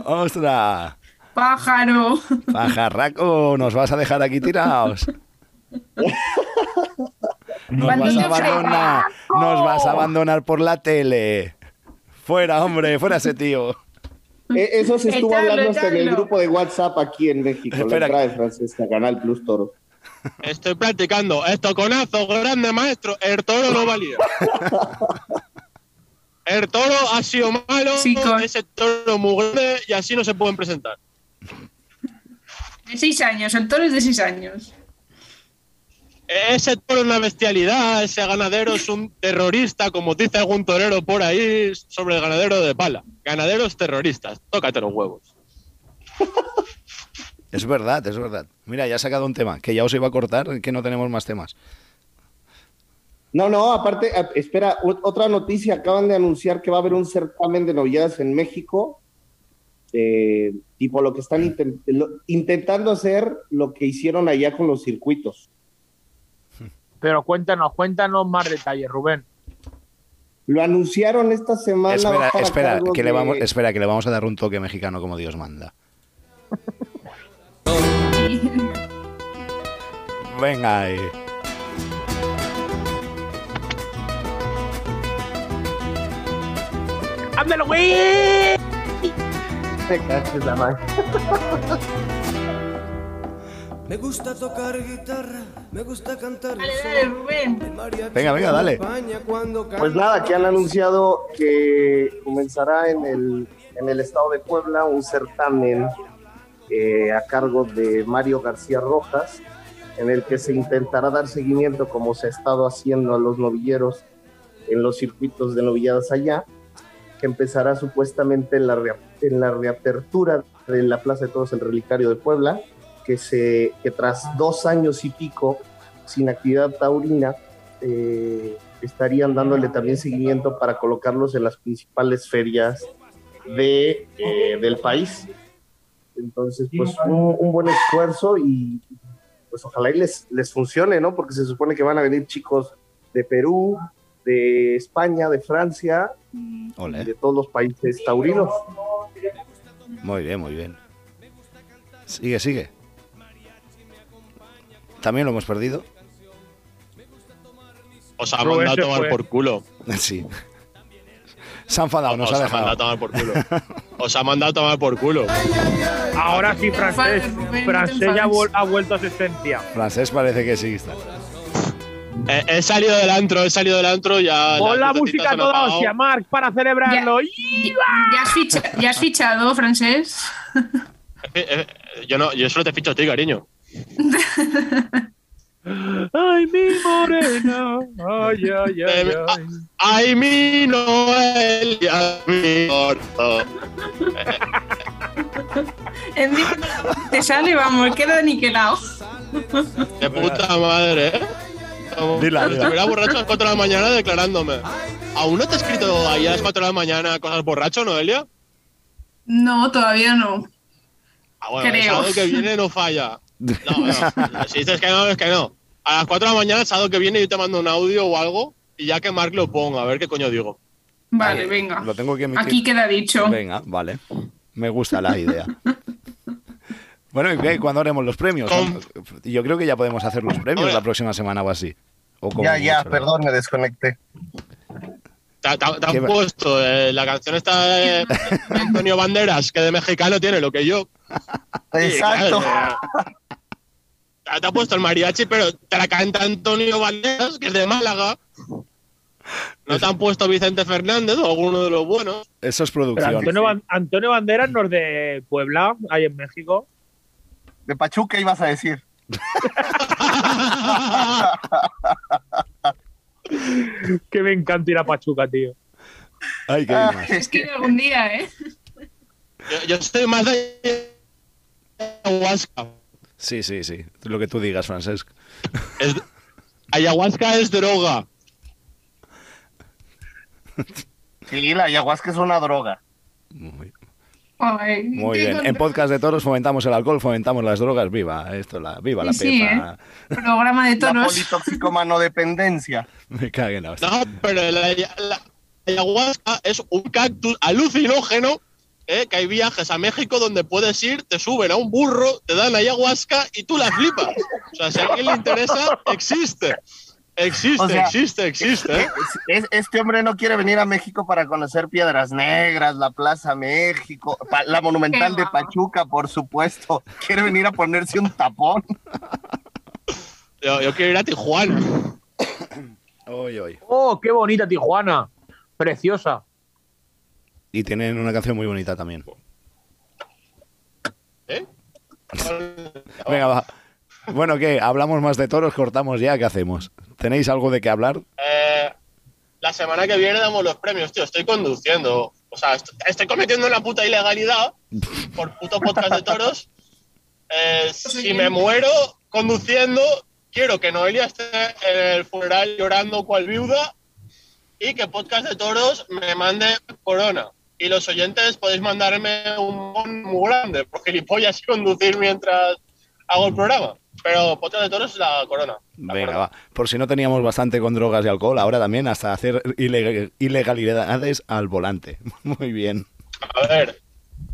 [SPEAKER 4] ¡Ostras!
[SPEAKER 6] Pájaro.
[SPEAKER 4] Pajarraco, nos vas a dejar aquí tirados. Nos vas a
[SPEAKER 6] Maldito
[SPEAKER 4] abandonar, nos vas a abandonar por la tele. Fuera, hombre, fuera ese tío.
[SPEAKER 8] Eh, Eso se estuvo
[SPEAKER 6] Echadlo,
[SPEAKER 8] hablando hasta en el
[SPEAKER 6] echadlo.
[SPEAKER 8] grupo de WhatsApp aquí en México,
[SPEAKER 4] Espera.
[SPEAKER 8] la entrada de francés a Canal Plus Toro.
[SPEAKER 5] Estoy practicando. Estoconazo, grande maestro. El toro no valía. El toro ha sido malo.
[SPEAKER 6] Chicos.
[SPEAKER 5] Ese toro muy grande y así no se pueden presentar.
[SPEAKER 6] De seis años, el toro es de seis años.
[SPEAKER 5] Ese toro es una bestialidad, ese ganadero es un terrorista, como dice algún torero por ahí sobre el ganadero de pala. Ganaderos terroristas, tócate los huevos.
[SPEAKER 4] Es verdad, es verdad. Mira, ya ha sacado un tema, que ya os iba a cortar, que no tenemos más temas.
[SPEAKER 8] No, no, aparte, a- espera, o- otra noticia, acaban de anunciar que va a haber un certamen de novilladas en México, eh, tipo lo que están inten- lo- intentando hacer, lo que hicieron allá con los circuitos.
[SPEAKER 7] Pero cuéntanos, cuéntanos más detalles, Rubén.
[SPEAKER 8] Lo anunciaron esta semana.
[SPEAKER 4] Espera,
[SPEAKER 8] va para
[SPEAKER 4] espera,
[SPEAKER 8] cargo
[SPEAKER 4] que le
[SPEAKER 8] de-
[SPEAKER 4] vamos, espera, que le vamos a dar un toque mexicano como Dios manda. *laughs* Venga, eh. ahí.
[SPEAKER 7] ¡Ándalo, güey!
[SPEAKER 8] Te caches la madre.
[SPEAKER 9] Me gusta tocar guitarra, me gusta cantar.
[SPEAKER 6] Dale, dale, Rubén.
[SPEAKER 4] Venga, venga, dale.
[SPEAKER 8] Pues nada, que han anunciado que comenzará en el, en el estado de Puebla un certamen eh, a cargo de Mario García Rojas, en el que se intentará dar seguimiento como se ha estado haciendo a los novilleros en los circuitos de novilladas allá, que empezará supuestamente en la, rea- en la reapertura de la Plaza de Toros el Relicario de Puebla, que, se, que tras dos años y pico sin actividad taurina, eh, estarían dándole también seguimiento para colocarlos en las principales ferias de, eh, del país. Entonces, pues un, un buen esfuerzo y pues ojalá y les, les funcione, ¿no? Porque se supone que van a venir chicos de Perú, de España, de Francia y
[SPEAKER 4] Ole.
[SPEAKER 8] de todos los países taurinos.
[SPEAKER 4] Muy bien, muy bien. Sigue, sigue. ¿También lo hemos perdido? *laughs*
[SPEAKER 5] Os ha
[SPEAKER 7] No,
[SPEAKER 5] mandado a
[SPEAKER 7] ese
[SPEAKER 5] tomar
[SPEAKER 7] fue.
[SPEAKER 5] por culo.
[SPEAKER 4] Sí. Se ha enfadado, nos
[SPEAKER 5] os
[SPEAKER 4] ha
[SPEAKER 5] mandado a
[SPEAKER 4] dejado.
[SPEAKER 5] tomar por culo. *laughs* Os ha mandado a tomar por culo.
[SPEAKER 7] Ahora sí, francés.
[SPEAKER 6] Rubén, no te
[SPEAKER 7] Francés ya
[SPEAKER 6] enfades.
[SPEAKER 7] vuel- ha vuelto a asistencia.
[SPEAKER 4] Francés parece que sí está.
[SPEAKER 5] He, Eh, he salido del antro, he salido del antro, ya.
[SPEAKER 7] Pon la
[SPEAKER 5] lucecitas
[SPEAKER 7] música
[SPEAKER 5] han
[SPEAKER 7] toda
[SPEAKER 5] apagado.
[SPEAKER 7] hostia, Marc, para celebrarlo.
[SPEAKER 6] Ya, ya has ficha- ya has fichado, francés?
[SPEAKER 5] Eh, eh, Yo no, yo solo te ficho a ti, cariño.
[SPEAKER 7] Ay, mi morena. Ay, ay, ay,
[SPEAKER 5] Eh,
[SPEAKER 7] ay.
[SPEAKER 5] Ay, mi Noelia, mi orto.
[SPEAKER 6] En vivo no te sale, vamos, queda aniquilado.
[SPEAKER 5] De puta madre, eh. Como
[SPEAKER 4] Dila,
[SPEAKER 5] si
[SPEAKER 4] dila.
[SPEAKER 5] Estuviera borracho a las 4 de la mañana declarándome. ¿Aún no te has escrito ahí a las 4 de la mañana cosas borracho, Noelia?
[SPEAKER 6] No, todavía no.
[SPEAKER 5] Ah, bueno, el
[SPEAKER 6] Creo.
[SPEAKER 5] sábado que viene
[SPEAKER 4] *laughs*
[SPEAKER 5] no falla. No, no. Si dices que no, es que no. A las 4 de la mañana, el sábado que viene, yo te mando un audio o algo y ya que Mark lo ponga, a ver qué coño digo.
[SPEAKER 6] Vale,
[SPEAKER 4] Ahí,
[SPEAKER 6] venga.
[SPEAKER 4] lo tengo que emitir.
[SPEAKER 6] Aquí queda dicho.
[SPEAKER 4] Venga, vale. Me gusta la
[SPEAKER 6] *laughs*
[SPEAKER 4] idea. Bueno, ¿y qué? ¿Cuándo haremos los premios?
[SPEAKER 5] Con-
[SPEAKER 4] Yo creo que ya podemos hacer los premios
[SPEAKER 5] Hola.
[SPEAKER 4] la próxima semana o así. O como
[SPEAKER 10] Ya, ya,
[SPEAKER 4] mucho, ¿no?
[SPEAKER 10] perdón, me desconecté.
[SPEAKER 5] Te, te- te
[SPEAKER 4] Qué
[SPEAKER 5] han
[SPEAKER 4] va-
[SPEAKER 5] puesto eh, la canción esta de Antonio Banderas, que de mexicano tiene lo que yo. Sí,
[SPEAKER 10] Exacto.
[SPEAKER 5] claro, eh, Te ha puesto el mariachi, pero te la canta Antonio Banderas, que es de Málaga. No te han puesto Vicente Fernández o alguno de los buenos. *laughs*
[SPEAKER 4] Eso es
[SPEAKER 7] Pero
[SPEAKER 4] producción.
[SPEAKER 7] Antonio, Ban- Antonio Banderas no es de Puebla, ahí en México.
[SPEAKER 10] De Pachuca ibas a decir.
[SPEAKER 7] Que me encanta ir a Pachuca, tío.
[SPEAKER 4] Ay,
[SPEAKER 10] Ah,
[SPEAKER 4] qué hay más.
[SPEAKER 6] Es que algún día, ¿eh?
[SPEAKER 5] Yo, yo soy más de ayahuasca.
[SPEAKER 4] Sí, sí, sí. Lo que tú digas, Francesc.
[SPEAKER 5] Es- ayahuasca es droga.
[SPEAKER 10] Sí, la ayahuasca es una droga.
[SPEAKER 4] Muy,
[SPEAKER 6] Ay,
[SPEAKER 4] muy
[SPEAKER 6] qué
[SPEAKER 4] bien. En
[SPEAKER 6] contra-
[SPEAKER 4] Podcast de Toros fomentamos el alcohol, fomentamos las drogas. Viva esto, la, viva la
[SPEAKER 6] Sí, ¿eh? sí,
[SPEAKER 4] pepa.
[SPEAKER 6] Programa de
[SPEAKER 10] La
[SPEAKER 6] toros.
[SPEAKER 10] politoxicomanodependencia.
[SPEAKER 4] *laughs* Me caguen la hostia.
[SPEAKER 5] No, pero la, la ayahuasca es un cactus alucinógeno. eh, que hay viajes a México donde puedes ir, te suben a un burro, te dan ayahuasca y tú la flipas. O sea, si a alguien le interesa, existe. Existe,
[SPEAKER 10] O sea,
[SPEAKER 5] existe, existe. eh.
[SPEAKER 10] Es- este hombre no quiere venir a México para conocer Piedras Negras, la Plaza México, pa- la Monumental
[SPEAKER 6] Qué
[SPEAKER 10] de
[SPEAKER 6] va.
[SPEAKER 10] Pachuca, por supuesto. Quiere venir a ponerse un tapón.
[SPEAKER 5] Yo, yo quiero ir a Tijuana.
[SPEAKER 4] Oy, oy.
[SPEAKER 7] Oh, qué bonita Tijuana. Preciosa.
[SPEAKER 4] Y tienen una canción muy bonita también. Venga, va. Bueno, ¿qué? ¿Hablamos más de toros? ¿Cortamos ya? ¿Qué hacemos? ¿Tenéis algo de qué hablar?
[SPEAKER 5] Eh, la semana que viene damos los premios, tío. Estoy conduciendo. O sea, est- estoy cometiendo una puta ilegalidad por puto podcast de toros. Eh, si me muero conduciendo, quiero que Noelia esté en el funeral llorando cual viuda y que podcast de toros me mande corona. Y los oyentes podéis mandarme un mon muy grande, porque gilipollas y conducir mientras hago el programa. Pero podcast de toros es la corona. La
[SPEAKER 4] Venga,
[SPEAKER 5] corona.
[SPEAKER 4] va. Por si no teníamos bastante con drogas y alcohol, ahora también hasta hacer ileg- ilegalidades al volante. *laughs* Muy bien.
[SPEAKER 5] A ver,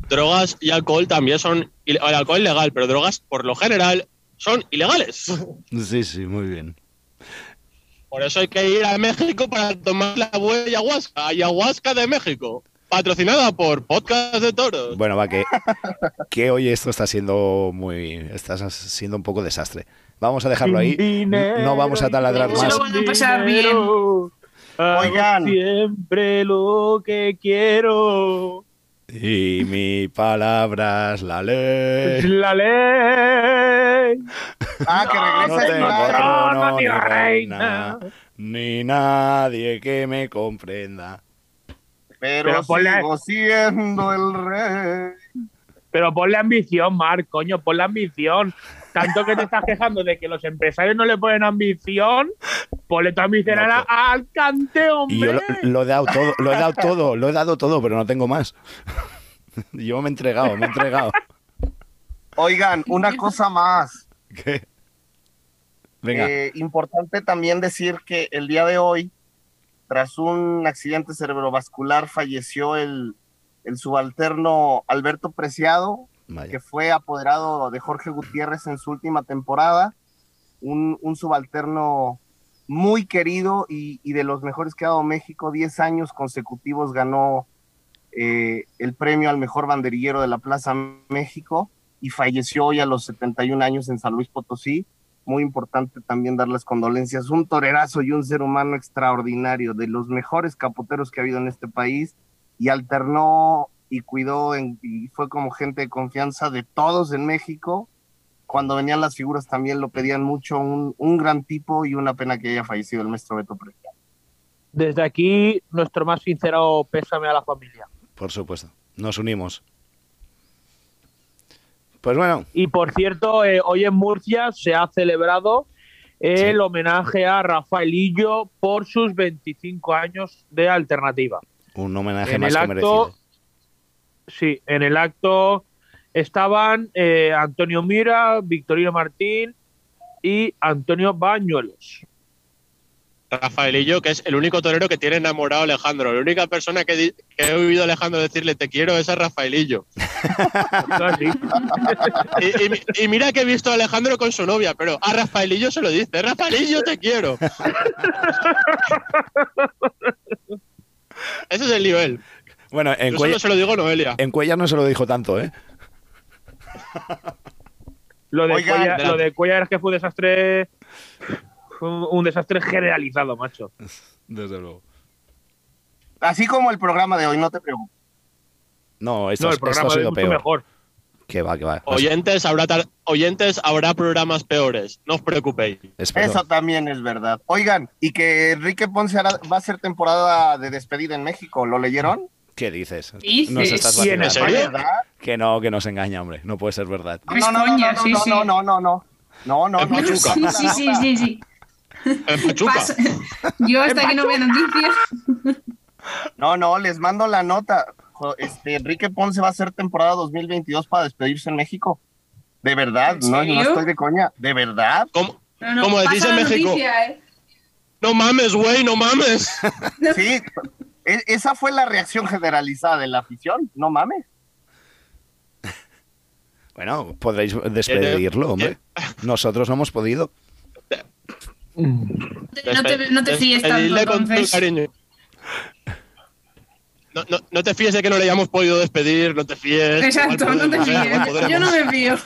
[SPEAKER 5] drogas y alcohol también son. Il- El alcohol es legal, pero drogas por lo general son ilegales.
[SPEAKER 4] Sí, sí, muy bien.
[SPEAKER 5] Por eso hay que ir a México para tomar la buena ayahuasca. Ayahuasca de México. Patrocinada por Podcast de Toros.
[SPEAKER 4] Bueno, va,
[SPEAKER 7] *laughs*
[SPEAKER 4] que, que hoy esto está siendo muy. Estás siendo un poco desastre. Vamos a dejarlo ahí. No vamos a taladrar
[SPEAKER 6] Se
[SPEAKER 4] más.
[SPEAKER 6] lo van a pasar bien.
[SPEAKER 10] Oigan.
[SPEAKER 7] Oigan. Siempre lo que quiero.
[SPEAKER 4] Y mi palabra es la
[SPEAKER 7] Es
[SPEAKER 4] ley.
[SPEAKER 7] Pues la ley.
[SPEAKER 10] Ah, que
[SPEAKER 4] No
[SPEAKER 10] regresa el
[SPEAKER 4] tengo
[SPEAKER 10] padre.
[SPEAKER 4] trono
[SPEAKER 7] trono,
[SPEAKER 4] ni
[SPEAKER 7] ni
[SPEAKER 4] reina,
[SPEAKER 7] reina.
[SPEAKER 4] ni nadie que me comprenda.
[SPEAKER 10] Pero
[SPEAKER 7] Pero ponle-
[SPEAKER 10] sigo siendo el rey.
[SPEAKER 7] Pero ponle ambición, Mar, coño, ponle ambición. Tanto que te estás quejando de que los empresarios no le ponen ambición, ponle tu ambición
[SPEAKER 4] No,
[SPEAKER 7] a la-
[SPEAKER 4] pero-
[SPEAKER 7] al cante, hombre.
[SPEAKER 4] Y yo lo, lo he dado todo, lo he dado todo, lo he dado todo, pero no tengo más. *laughs* Yo me he entregado, me he entregado.
[SPEAKER 10] Oigan, una cosa más.
[SPEAKER 4] ¿Qué? Venga,
[SPEAKER 10] Eh, importante también decir que el día de hoy, tras un accidente cerebrovascular, falleció el
[SPEAKER 8] el subalterno Alberto Preciado,
[SPEAKER 4] Vaya.
[SPEAKER 8] que fue apoderado de Jorge Gutiérrez en su última temporada, un, un subalterno muy querido y, y de los mejores que ha dado México, 10 años consecutivos ganó eh, el premio al mejor banderillero de la Plaza México y falleció hoy a los 71 años en San Luis Potosí. Muy importante también dar las condolencias. Un torerazo y un ser humano extraordinario, de los mejores capoteros que ha habido en este país y alternó y cuidó en- y fue como gente de confianza de todos en México. Cuando venían las figuras también lo pedían mucho, un, un gran tipo y una pena que haya fallecido el maestro Beto Pérez.
[SPEAKER 7] Desde aquí, nuestro más sincero pésame a la familia.
[SPEAKER 4] Por supuesto. Nos unimos. Pues bueno,
[SPEAKER 7] Y por cierto, eh, hoy en Murcia se ha celebrado el homenaje a Rafaelillo por sus 25 años de alternativa.
[SPEAKER 4] un homenaje
[SPEAKER 7] En
[SPEAKER 4] más
[SPEAKER 7] el
[SPEAKER 4] que
[SPEAKER 7] acto-
[SPEAKER 4] merecido.
[SPEAKER 7] Sí, en el acto estaban eh, Antonio Mira, Victorino Martín y Antonio Bañuelos.
[SPEAKER 5] Rafaelillo, que es el único torero que tiene enamorado a Alejandro. La única persona que, di- que he oído a Alejandro decirle te quiero es a Rafaelillo.
[SPEAKER 7] Esto así.
[SPEAKER 5] Y, y mi- y mira que he visto a Alejandro con su novia, pero a Rafaelillo se lo dice, Rafaelillo te quiero. Ese es el nivel.
[SPEAKER 4] Bueno, en,
[SPEAKER 5] Yo
[SPEAKER 4] Cuellar-
[SPEAKER 5] solo se lo digo a Noelia.
[SPEAKER 4] en Cuellar no se lo dijo tanto, ¿eh?
[SPEAKER 7] Lo de,
[SPEAKER 8] Oigan,
[SPEAKER 7] Cuellar,
[SPEAKER 5] espera.
[SPEAKER 7] lo de Cuellar es que fue un desastre. fue Un, un desastre generalizado, macho.
[SPEAKER 4] Desde luego.
[SPEAKER 8] Así como el programa de hoy, no te preocupes.
[SPEAKER 4] No, esto,
[SPEAKER 7] No, el
[SPEAKER 4] esto ha
[SPEAKER 7] programa es
[SPEAKER 4] sido
[SPEAKER 7] mucho
[SPEAKER 4] peor.
[SPEAKER 7] mejor.
[SPEAKER 4] Que va, que va.
[SPEAKER 5] Oyentes habrá, tar- oyentes habrá programas peores, no os preocupéis.
[SPEAKER 4] Espero.
[SPEAKER 8] Eso también es verdad. Oigan, y que Enrique Ponce hará- va a ser temporada de despedida en México, ¿lo leyeron?
[SPEAKER 4] ¿Qué dices?
[SPEAKER 6] Dices.
[SPEAKER 4] Nos estás
[SPEAKER 7] ¿Y en
[SPEAKER 4] vacilando.
[SPEAKER 5] serio?
[SPEAKER 8] ¿Verdad?
[SPEAKER 4] Que no, que nos engaña, hombre. No puede ser verdad.
[SPEAKER 6] Es
[SPEAKER 8] No, no, no,
[SPEAKER 6] coña,
[SPEAKER 8] no,
[SPEAKER 6] sí,
[SPEAKER 8] no,
[SPEAKER 6] sí.
[SPEAKER 8] no, no, no, no. No, no,
[SPEAKER 5] Es
[SPEAKER 8] no,
[SPEAKER 5] Pachuca.
[SPEAKER 8] no,
[SPEAKER 6] Sí,
[SPEAKER 8] no,
[SPEAKER 6] sí,
[SPEAKER 8] no,
[SPEAKER 6] sí,
[SPEAKER 8] no.
[SPEAKER 6] sí, sí.
[SPEAKER 5] En Pachuca.
[SPEAKER 6] Paso- *laughs* Yo hasta que no vea noticias.
[SPEAKER 8] No, no, les mando la nota. Jo- Este, Enrique Ponce va a ser temporada 2022 para despedirse en México. De verdad,
[SPEAKER 6] ¿En
[SPEAKER 8] no, no
[SPEAKER 6] serio?
[SPEAKER 8] estoy de coña. De verdad.
[SPEAKER 5] ¿Cómo?
[SPEAKER 6] No, no,
[SPEAKER 5] Como
[SPEAKER 6] pasa
[SPEAKER 5] decís en
[SPEAKER 6] la
[SPEAKER 5] México.
[SPEAKER 6] noticia, ¿eh?
[SPEAKER 5] No mames, güey, no mames.
[SPEAKER 8] Sí, e- esa fue la reacción generalizada de la afición. No mames.
[SPEAKER 4] Bueno, podréis
[SPEAKER 5] Eh,
[SPEAKER 4] despedirlo, hombre. Nosotros no hemos podido.
[SPEAKER 6] No te, no te fíes tanto,
[SPEAKER 5] Despedidle con tu
[SPEAKER 6] entonces.
[SPEAKER 5] cariño. No, no, no te fíes de que no le hayamos podido despedir, no te fíes.
[SPEAKER 6] Exacto,
[SPEAKER 5] Igual
[SPEAKER 6] no te
[SPEAKER 5] podemos, eh, igual
[SPEAKER 6] fíes. Yo
[SPEAKER 5] podremos.
[SPEAKER 6] no
[SPEAKER 4] *laughs*
[SPEAKER 6] me fío.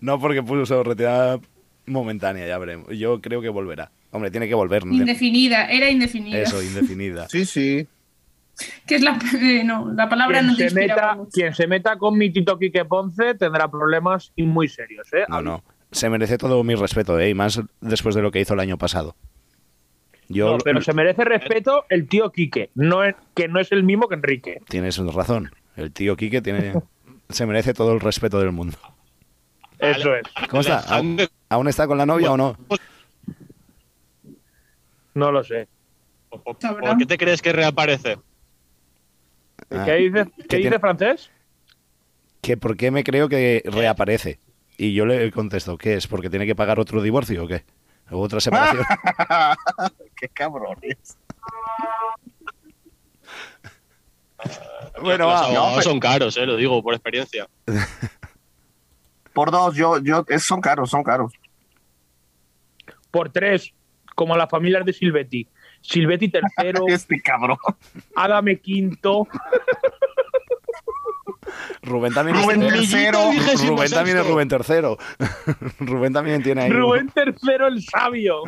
[SPEAKER 4] No, porque puso retirada momentánea, ya veremos. Yo creo que volverá. Hombre, tiene que volver. ¿no?
[SPEAKER 6] Indefinida, era indefinida.
[SPEAKER 4] Eso, indefinida.
[SPEAKER 8] Sí, sí.
[SPEAKER 6] Que es la, eh, no, la palabra no
[SPEAKER 7] Quien
[SPEAKER 6] te
[SPEAKER 7] se,
[SPEAKER 6] inspiraba
[SPEAKER 7] meta,
[SPEAKER 6] mucho.
[SPEAKER 7] quien se meta con mi Tito Quique Ponce tendrá problemas y muy serios, ¿eh?
[SPEAKER 4] No, no. Se merece todo mi respeto, ¿eh? Y más después de lo que hizo el año pasado. Yo.
[SPEAKER 7] No, pero se merece respeto el tío Quique, no es, que no es el mismo que Enrique.
[SPEAKER 4] Tienes razón. El tío Quique tiene. se merece todo el respeto del mundo.
[SPEAKER 7] Eso es.
[SPEAKER 4] ¿Cómo está? ¿Aún, aún está con la novia o no?
[SPEAKER 7] No lo sé.
[SPEAKER 5] ¿Por por qué te crees que reaparece?
[SPEAKER 4] Ah,
[SPEAKER 7] ¿Qué dices
[SPEAKER 4] ¿qué
[SPEAKER 7] ¿qué dice
[SPEAKER 4] tiene?
[SPEAKER 7] francés?
[SPEAKER 4] que por qué me creo que reaparece. Y yo le contesto, ¿qué es? ¿Porque tiene que pagar otro divorcio o qué? ¿O otra separación?
[SPEAKER 8] *laughs* Qué cabrones.
[SPEAKER 4] bueno,
[SPEAKER 5] Los
[SPEAKER 4] va.
[SPEAKER 5] abogados
[SPEAKER 8] no,
[SPEAKER 5] son caros, eh, lo digo por experiencia.
[SPEAKER 8] Por dos, yo, yo, es- son caros, son caros.
[SPEAKER 7] Por tres, como las familias de Silvetti. Silvetti
[SPEAKER 4] *laughs*
[SPEAKER 7] tercero,
[SPEAKER 8] *laughs* Este cabrón.
[SPEAKER 7] Adame quinto.
[SPEAKER 4] Rubén también es
[SPEAKER 8] Rubén tercero.
[SPEAKER 5] vigésimo
[SPEAKER 4] Rubén también es
[SPEAKER 5] sexto.
[SPEAKER 4] Rubén tercero. *laughs* Rubén también tiene ahí.
[SPEAKER 7] Rubén tercero, el sabio.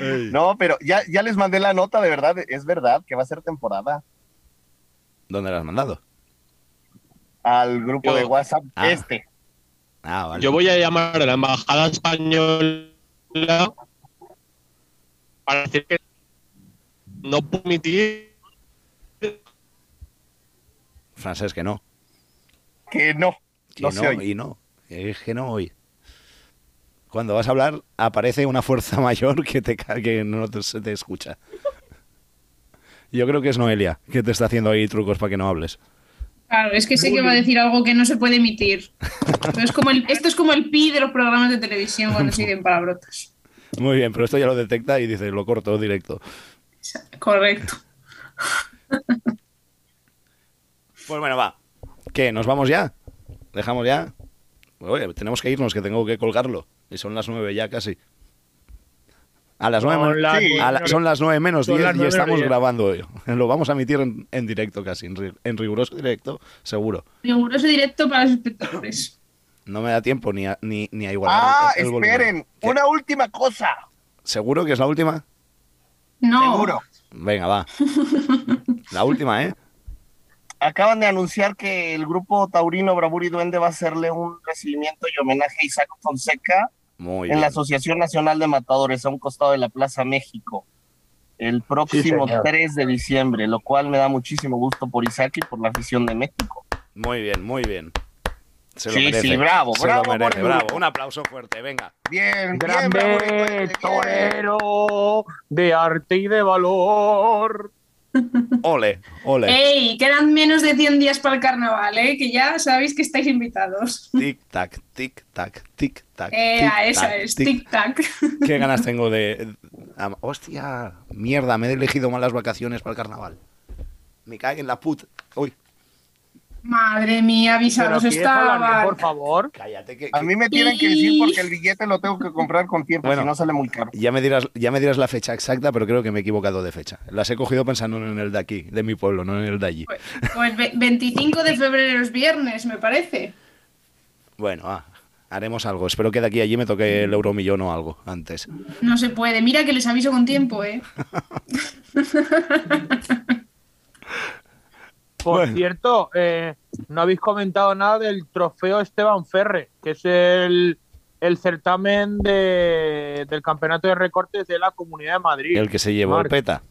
[SPEAKER 4] Ey.
[SPEAKER 8] No, pero ya, ya les mandé la nota, de verdad, es verdad que va a ser temporada
[SPEAKER 4] ¿Dónde la has mandado?
[SPEAKER 8] al grupo
[SPEAKER 5] Yo-
[SPEAKER 8] de WhatsApp
[SPEAKER 4] Ah.
[SPEAKER 8] este.
[SPEAKER 4] Ah, vale.
[SPEAKER 5] Yo voy a llamar a la embajada española para decir que no permitir
[SPEAKER 4] Francés, que no.
[SPEAKER 8] Que no.
[SPEAKER 4] Que
[SPEAKER 8] No
[SPEAKER 4] no,
[SPEAKER 8] se oye.
[SPEAKER 4] y no. Es que no hoy. Cuando vas a hablar, aparece una fuerza *laughs* mayor que, te, ca- que no te- se te escucha. Yo creo que es Noelia, que te está haciendo ahí trucos para que no hables.
[SPEAKER 6] Claro, es que sé que va a decir algo que no se puede emitir. Pero es como el- esto es como el pi de los programas de televisión cuando se dicen palabrotas.
[SPEAKER 4] Muy bien, pero esto ya lo detecta y dice, lo corto directo.
[SPEAKER 6] Correcto.
[SPEAKER 4] Pues bueno, va. ¿Qué? ¿Nos vamos ya? ¿Dejamos ya? Oye, tenemos que irnos, que tengo que colgarlo. Y son las nueve ya casi. A las nueve,
[SPEAKER 7] Son
[SPEAKER 4] men-
[SPEAKER 7] las
[SPEAKER 4] a
[SPEAKER 7] nueve
[SPEAKER 4] la-
[SPEAKER 7] menos-
[SPEAKER 4] son las nueve menos
[SPEAKER 7] son
[SPEAKER 4] diez
[SPEAKER 7] las
[SPEAKER 4] y
[SPEAKER 7] nueve
[SPEAKER 4] estamos
[SPEAKER 7] menos diez.
[SPEAKER 4] grabando hoy. *laughs* Lo vamos a emitir en, en directo casi, en, ri- en riguroso directo, seguro.
[SPEAKER 6] Riguroso directo para los espectadores.
[SPEAKER 4] No me da tiempo ni a, ni, ni a igualar
[SPEAKER 10] Ah,
[SPEAKER 4] el- el volumen.
[SPEAKER 10] esperen,
[SPEAKER 4] ¿Qué?
[SPEAKER 10] una última cosa.
[SPEAKER 4] ¿Seguro que es la última?
[SPEAKER 6] No.
[SPEAKER 10] Seguro.
[SPEAKER 4] Venga,
[SPEAKER 10] *laughs*
[SPEAKER 4] va. La última, ¿eh?
[SPEAKER 10] Acaban de anunciar que el grupo taurino Bravura y Duende va a hacerle un recibimiento y homenaje a Isaac Fonseca
[SPEAKER 4] Muy
[SPEAKER 10] en la
[SPEAKER 4] bien.
[SPEAKER 10] Asociación Nacional de Matadores a un costado de la Plaza México el próximo
[SPEAKER 7] señor.
[SPEAKER 10] 3 de diciembre, lo cual me da muchísimo gusto por Isaac y por la afición de México.
[SPEAKER 4] Muy bien, muy bien. Se lo
[SPEAKER 10] Sí,
[SPEAKER 4] merece.
[SPEAKER 10] sí, bravo,
[SPEAKER 4] Se
[SPEAKER 10] bravo
[SPEAKER 4] lo
[SPEAKER 10] por
[SPEAKER 4] merece,
[SPEAKER 10] el
[SPEAKER 4] bravo.
[SPEAKER 10] grupo.
[SPEAKER 4] Un aplauso fuerte, venga.
[SPEAKER 10] Bien, bien, Bravura y Duende,
[SPEAKER 7] Grande
[SPEAKER 10] bien. eh.
[SPEAKER 7] torero de arte y de valor.
[SPEAKER 4] Ole, ole.
[SPEAKER 6] ¡Ey! Quedan menos de 100 días para el carnaval, ¿eh? Que ya sabéis que estáis invitados.
[SPEAKER 4] Tic tac, tic tac, tic tac.
[SPEAKER 6] Eh,
[SPEAKER 4] tic,
[SPEAKER 6] a esa
[SPEAKER 4] tac,
[SPEAKER 6] es,
[SPEAKER 4] tic,
[SPEAKER 6] tic-tac.
[SPEAKER 4] Qué ganas tengo de. am- Hostia, mierda, me he elegido mal las vacaciones para el carnaval. Me cae en la puta. Uy,
[SPEAKER 6] *laughs* Madre mía,
[SPEAKER 7] Pero
[SPEAKER 6] avisados
[SPEAKER 7] si es hablar,
[SPEAKER 6] estaban.
[SPEAKER 7] por favor.
[SPEAKER 4] cállate que.
[SPEAKER 10] A
[SPEAKER 4] que-
[SPEAKER 10] mí me tienen que decir porque el billete lo tengo que comprar con tiempo,
[SPEAKER 4] Bueno.
[SPEAKER 10] si no sale muy caro.
[SPEAKER 4] Ya me, dirás, ya me dirás la fecha exacta, pero creo que me he equivocado de fecha. Las he cogido pensando en el de aquí, de mi pueblo, no en el de allí.
[SPEAKER 6] Pues, pues ve- 25 de febrero es viernes, me parece.
[SPEAKER 4] Bueno, ah, haremos algo. Espero que de aquí a allí me toque el euromillón o algo antes.
[SPEAKER 6] No se puede. Mira que les aviso con tiempo, ¿eh?
[SPEAKER 7] Por
[SPEAKER 4] Bueno.
[SPEAKER 7] cierto, eh, no habéis comentado nada del trofeo Esteban Ferre, que es el, el certamen de, del campeonato de recortes de la Comunidad de Madrid.
[SPEAKER 4] El que se llevó el
[SPEAKER 7] Marc.
[SPEAKER 4] peta.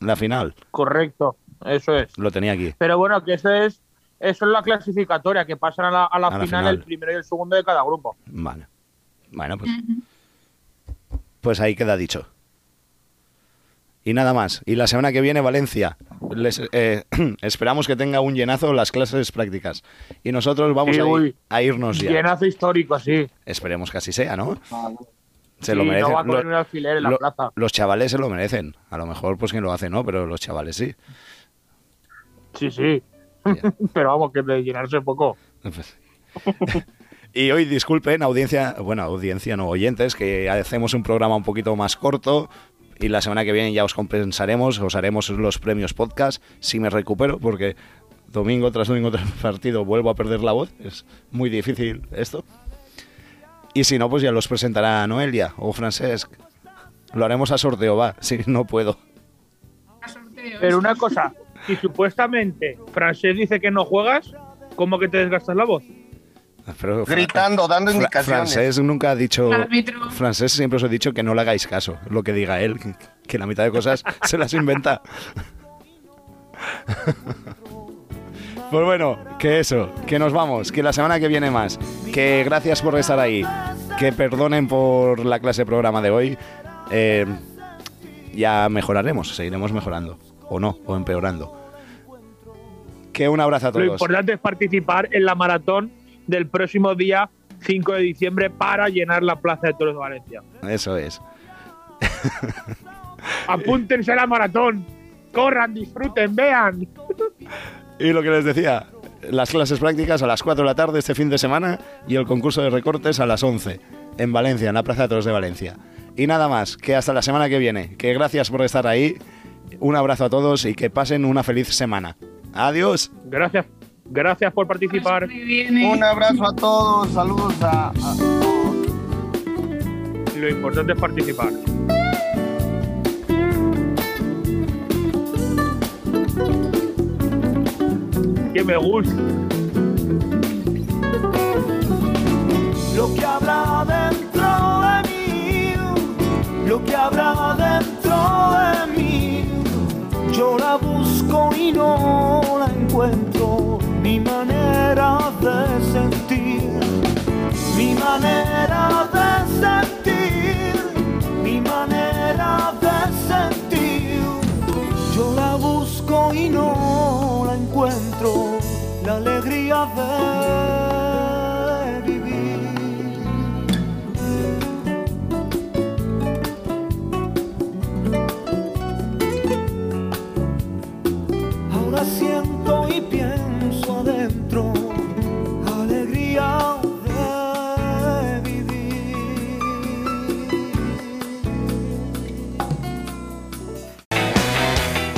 [SPEAKER 4] La final,
[SPEAKER 7] Correcto, eso es.
[SPEAKER 4] lo tenía aquí.
[SPEAKER 7] Pero bueno, que eso es, eso es la clasificatoria, que pasan a la, a la
[SPEAKER 4] A la
[SPEAKER 7] final,
[SPEAKER 4] final.
[SPEAKER 7] el primero y el segundo de cada grupo.
[SPEAKER 4] Vale. Bueno, pues, pues ahí queda dicho. Y nada más. Y la semana que viene, Valencia. Les, eh, *clears throat* esperamos que tenga un llenazo las clases prácticas. Y nosotros vamos
[SPEAKER 7] Sí,
[SPEAKER 4] a, ir-
[SPEAKER 7] uy.
[SPEAKER 4] a irnos ya.
[SPEAKER 7] Llenazo histórico, sí.
[SPEAKER 4] Esperemos que así sea, ¿no? Se
[SPEAKER 7] Sí,
[SPEAKER 4] lo merecen.
[SPEAKER 7] No va a comer
[SPEAKER 4] Lo-
[SPEAKER 7] un alfiler en la
[SPEAKER 4] lo-
[SPEAKER 7] plaza.
[SPEAKER 4] Los chavales se lo merecen. A lo mejor, pues quien lo hace no, pero los chavales
[SPEAKER 7] *laughs*
[SPEAKER 4] sí.
[SPEAKER 7] Sí, sí.
[SPEAKER 4] Ya.
[SPEAKER 7] Pero vamos, que de llenarse poco.
[SPEAKER 4] *laughs* Pues- *laughs* Y hoy disculpen, audiencia, bueno, audiencia no oyentes, que hacemos un programa un poquito más corto y la semana que viene ya os compensaremos, os haremos los premios podcast si me recupero, porque domingo tras domingo tras *laughs* partido vuelvo a perder la voz, es muy difícil esto. Y si no, pues ya los presentará Noelia o Francesc. Lo haremos a sorteo, va, *laughs* si no puedo.
[SPEAKER 6] A sorteos.
[SPEAKER 7] Pero una
[SPEAKER 4] *laughs*
[SPEAKER 7] cosa, si supuestamente Francés dice que no juegas, ¿cómo que te desgastas la voz?
[SPEAKER 4] Pero Fra-
[SPEAKER 10] Gritando, dando
[SPEAKER 4] Fra-
[SPEAKER 10] indicaciones.
[SPEAKER 4] Francesc nunca ha dicho...
[SPEAKER 6] Árbitro.
[SPEAKER 4] Francés siempre os he dicho que no le hagáis caso, lo que diga él, que, que la mitad de cosas se las inventa. pues bueno, que eso, que nos vamos, que la semana que viene más, que gracias por estar ahí, que perdonen por la clase de programa de hoy, eh, ya mejoraremos, seguiremos mejorando, o no, o empeorando. Que un abrazo a
[SPEAKER 7] Lo
[SPEAKER 4] todos.
[SPEAKER 7] importante es participar en la maratón del próximo día 5 de diciembre para llenar la plaza de Toros de
[SPEAKER 4] *laughs*
[SPEAKER 7] Valencia.
[SPEAKER 4] Eso es.
[SPEAKER 7] Apúntense a la maratón. Corran, disfruten, vean.
[SPEAKER 4] Y lo que les decía, las clases prácticas a las 4 de la tarde este fin de semana y el concurso de recortes a las 11 en Valencia, en la Plaza de Toros de Valencia. Y nada más, que hasta la semana que viene, que gracias por estar ahí, un abrazo a todos y que pasen una feliz semana. Adiós.
[SPEAKER 7] Gracias, gracias por participar.
[SPEAKER 6] Muy bien, ¿eh?
[SPEAKER 10] Un abrazo a todos, saludos a- a
[SPEAKER 7] Lo importante es participar. Que me gusta.
[SPEAKER 9] Lo que habrá dentro de mí, lo que habrá dentro de mí. Yo la busco y no la encuentro, mi manera de sentir, mi manera de sentir, mi manera de sentir. Yo la busco y no la encuentro, la alegría de vivir.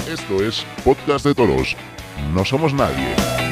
[SPEAKER 2] Esto es Podcast de Toros. No somos nadie.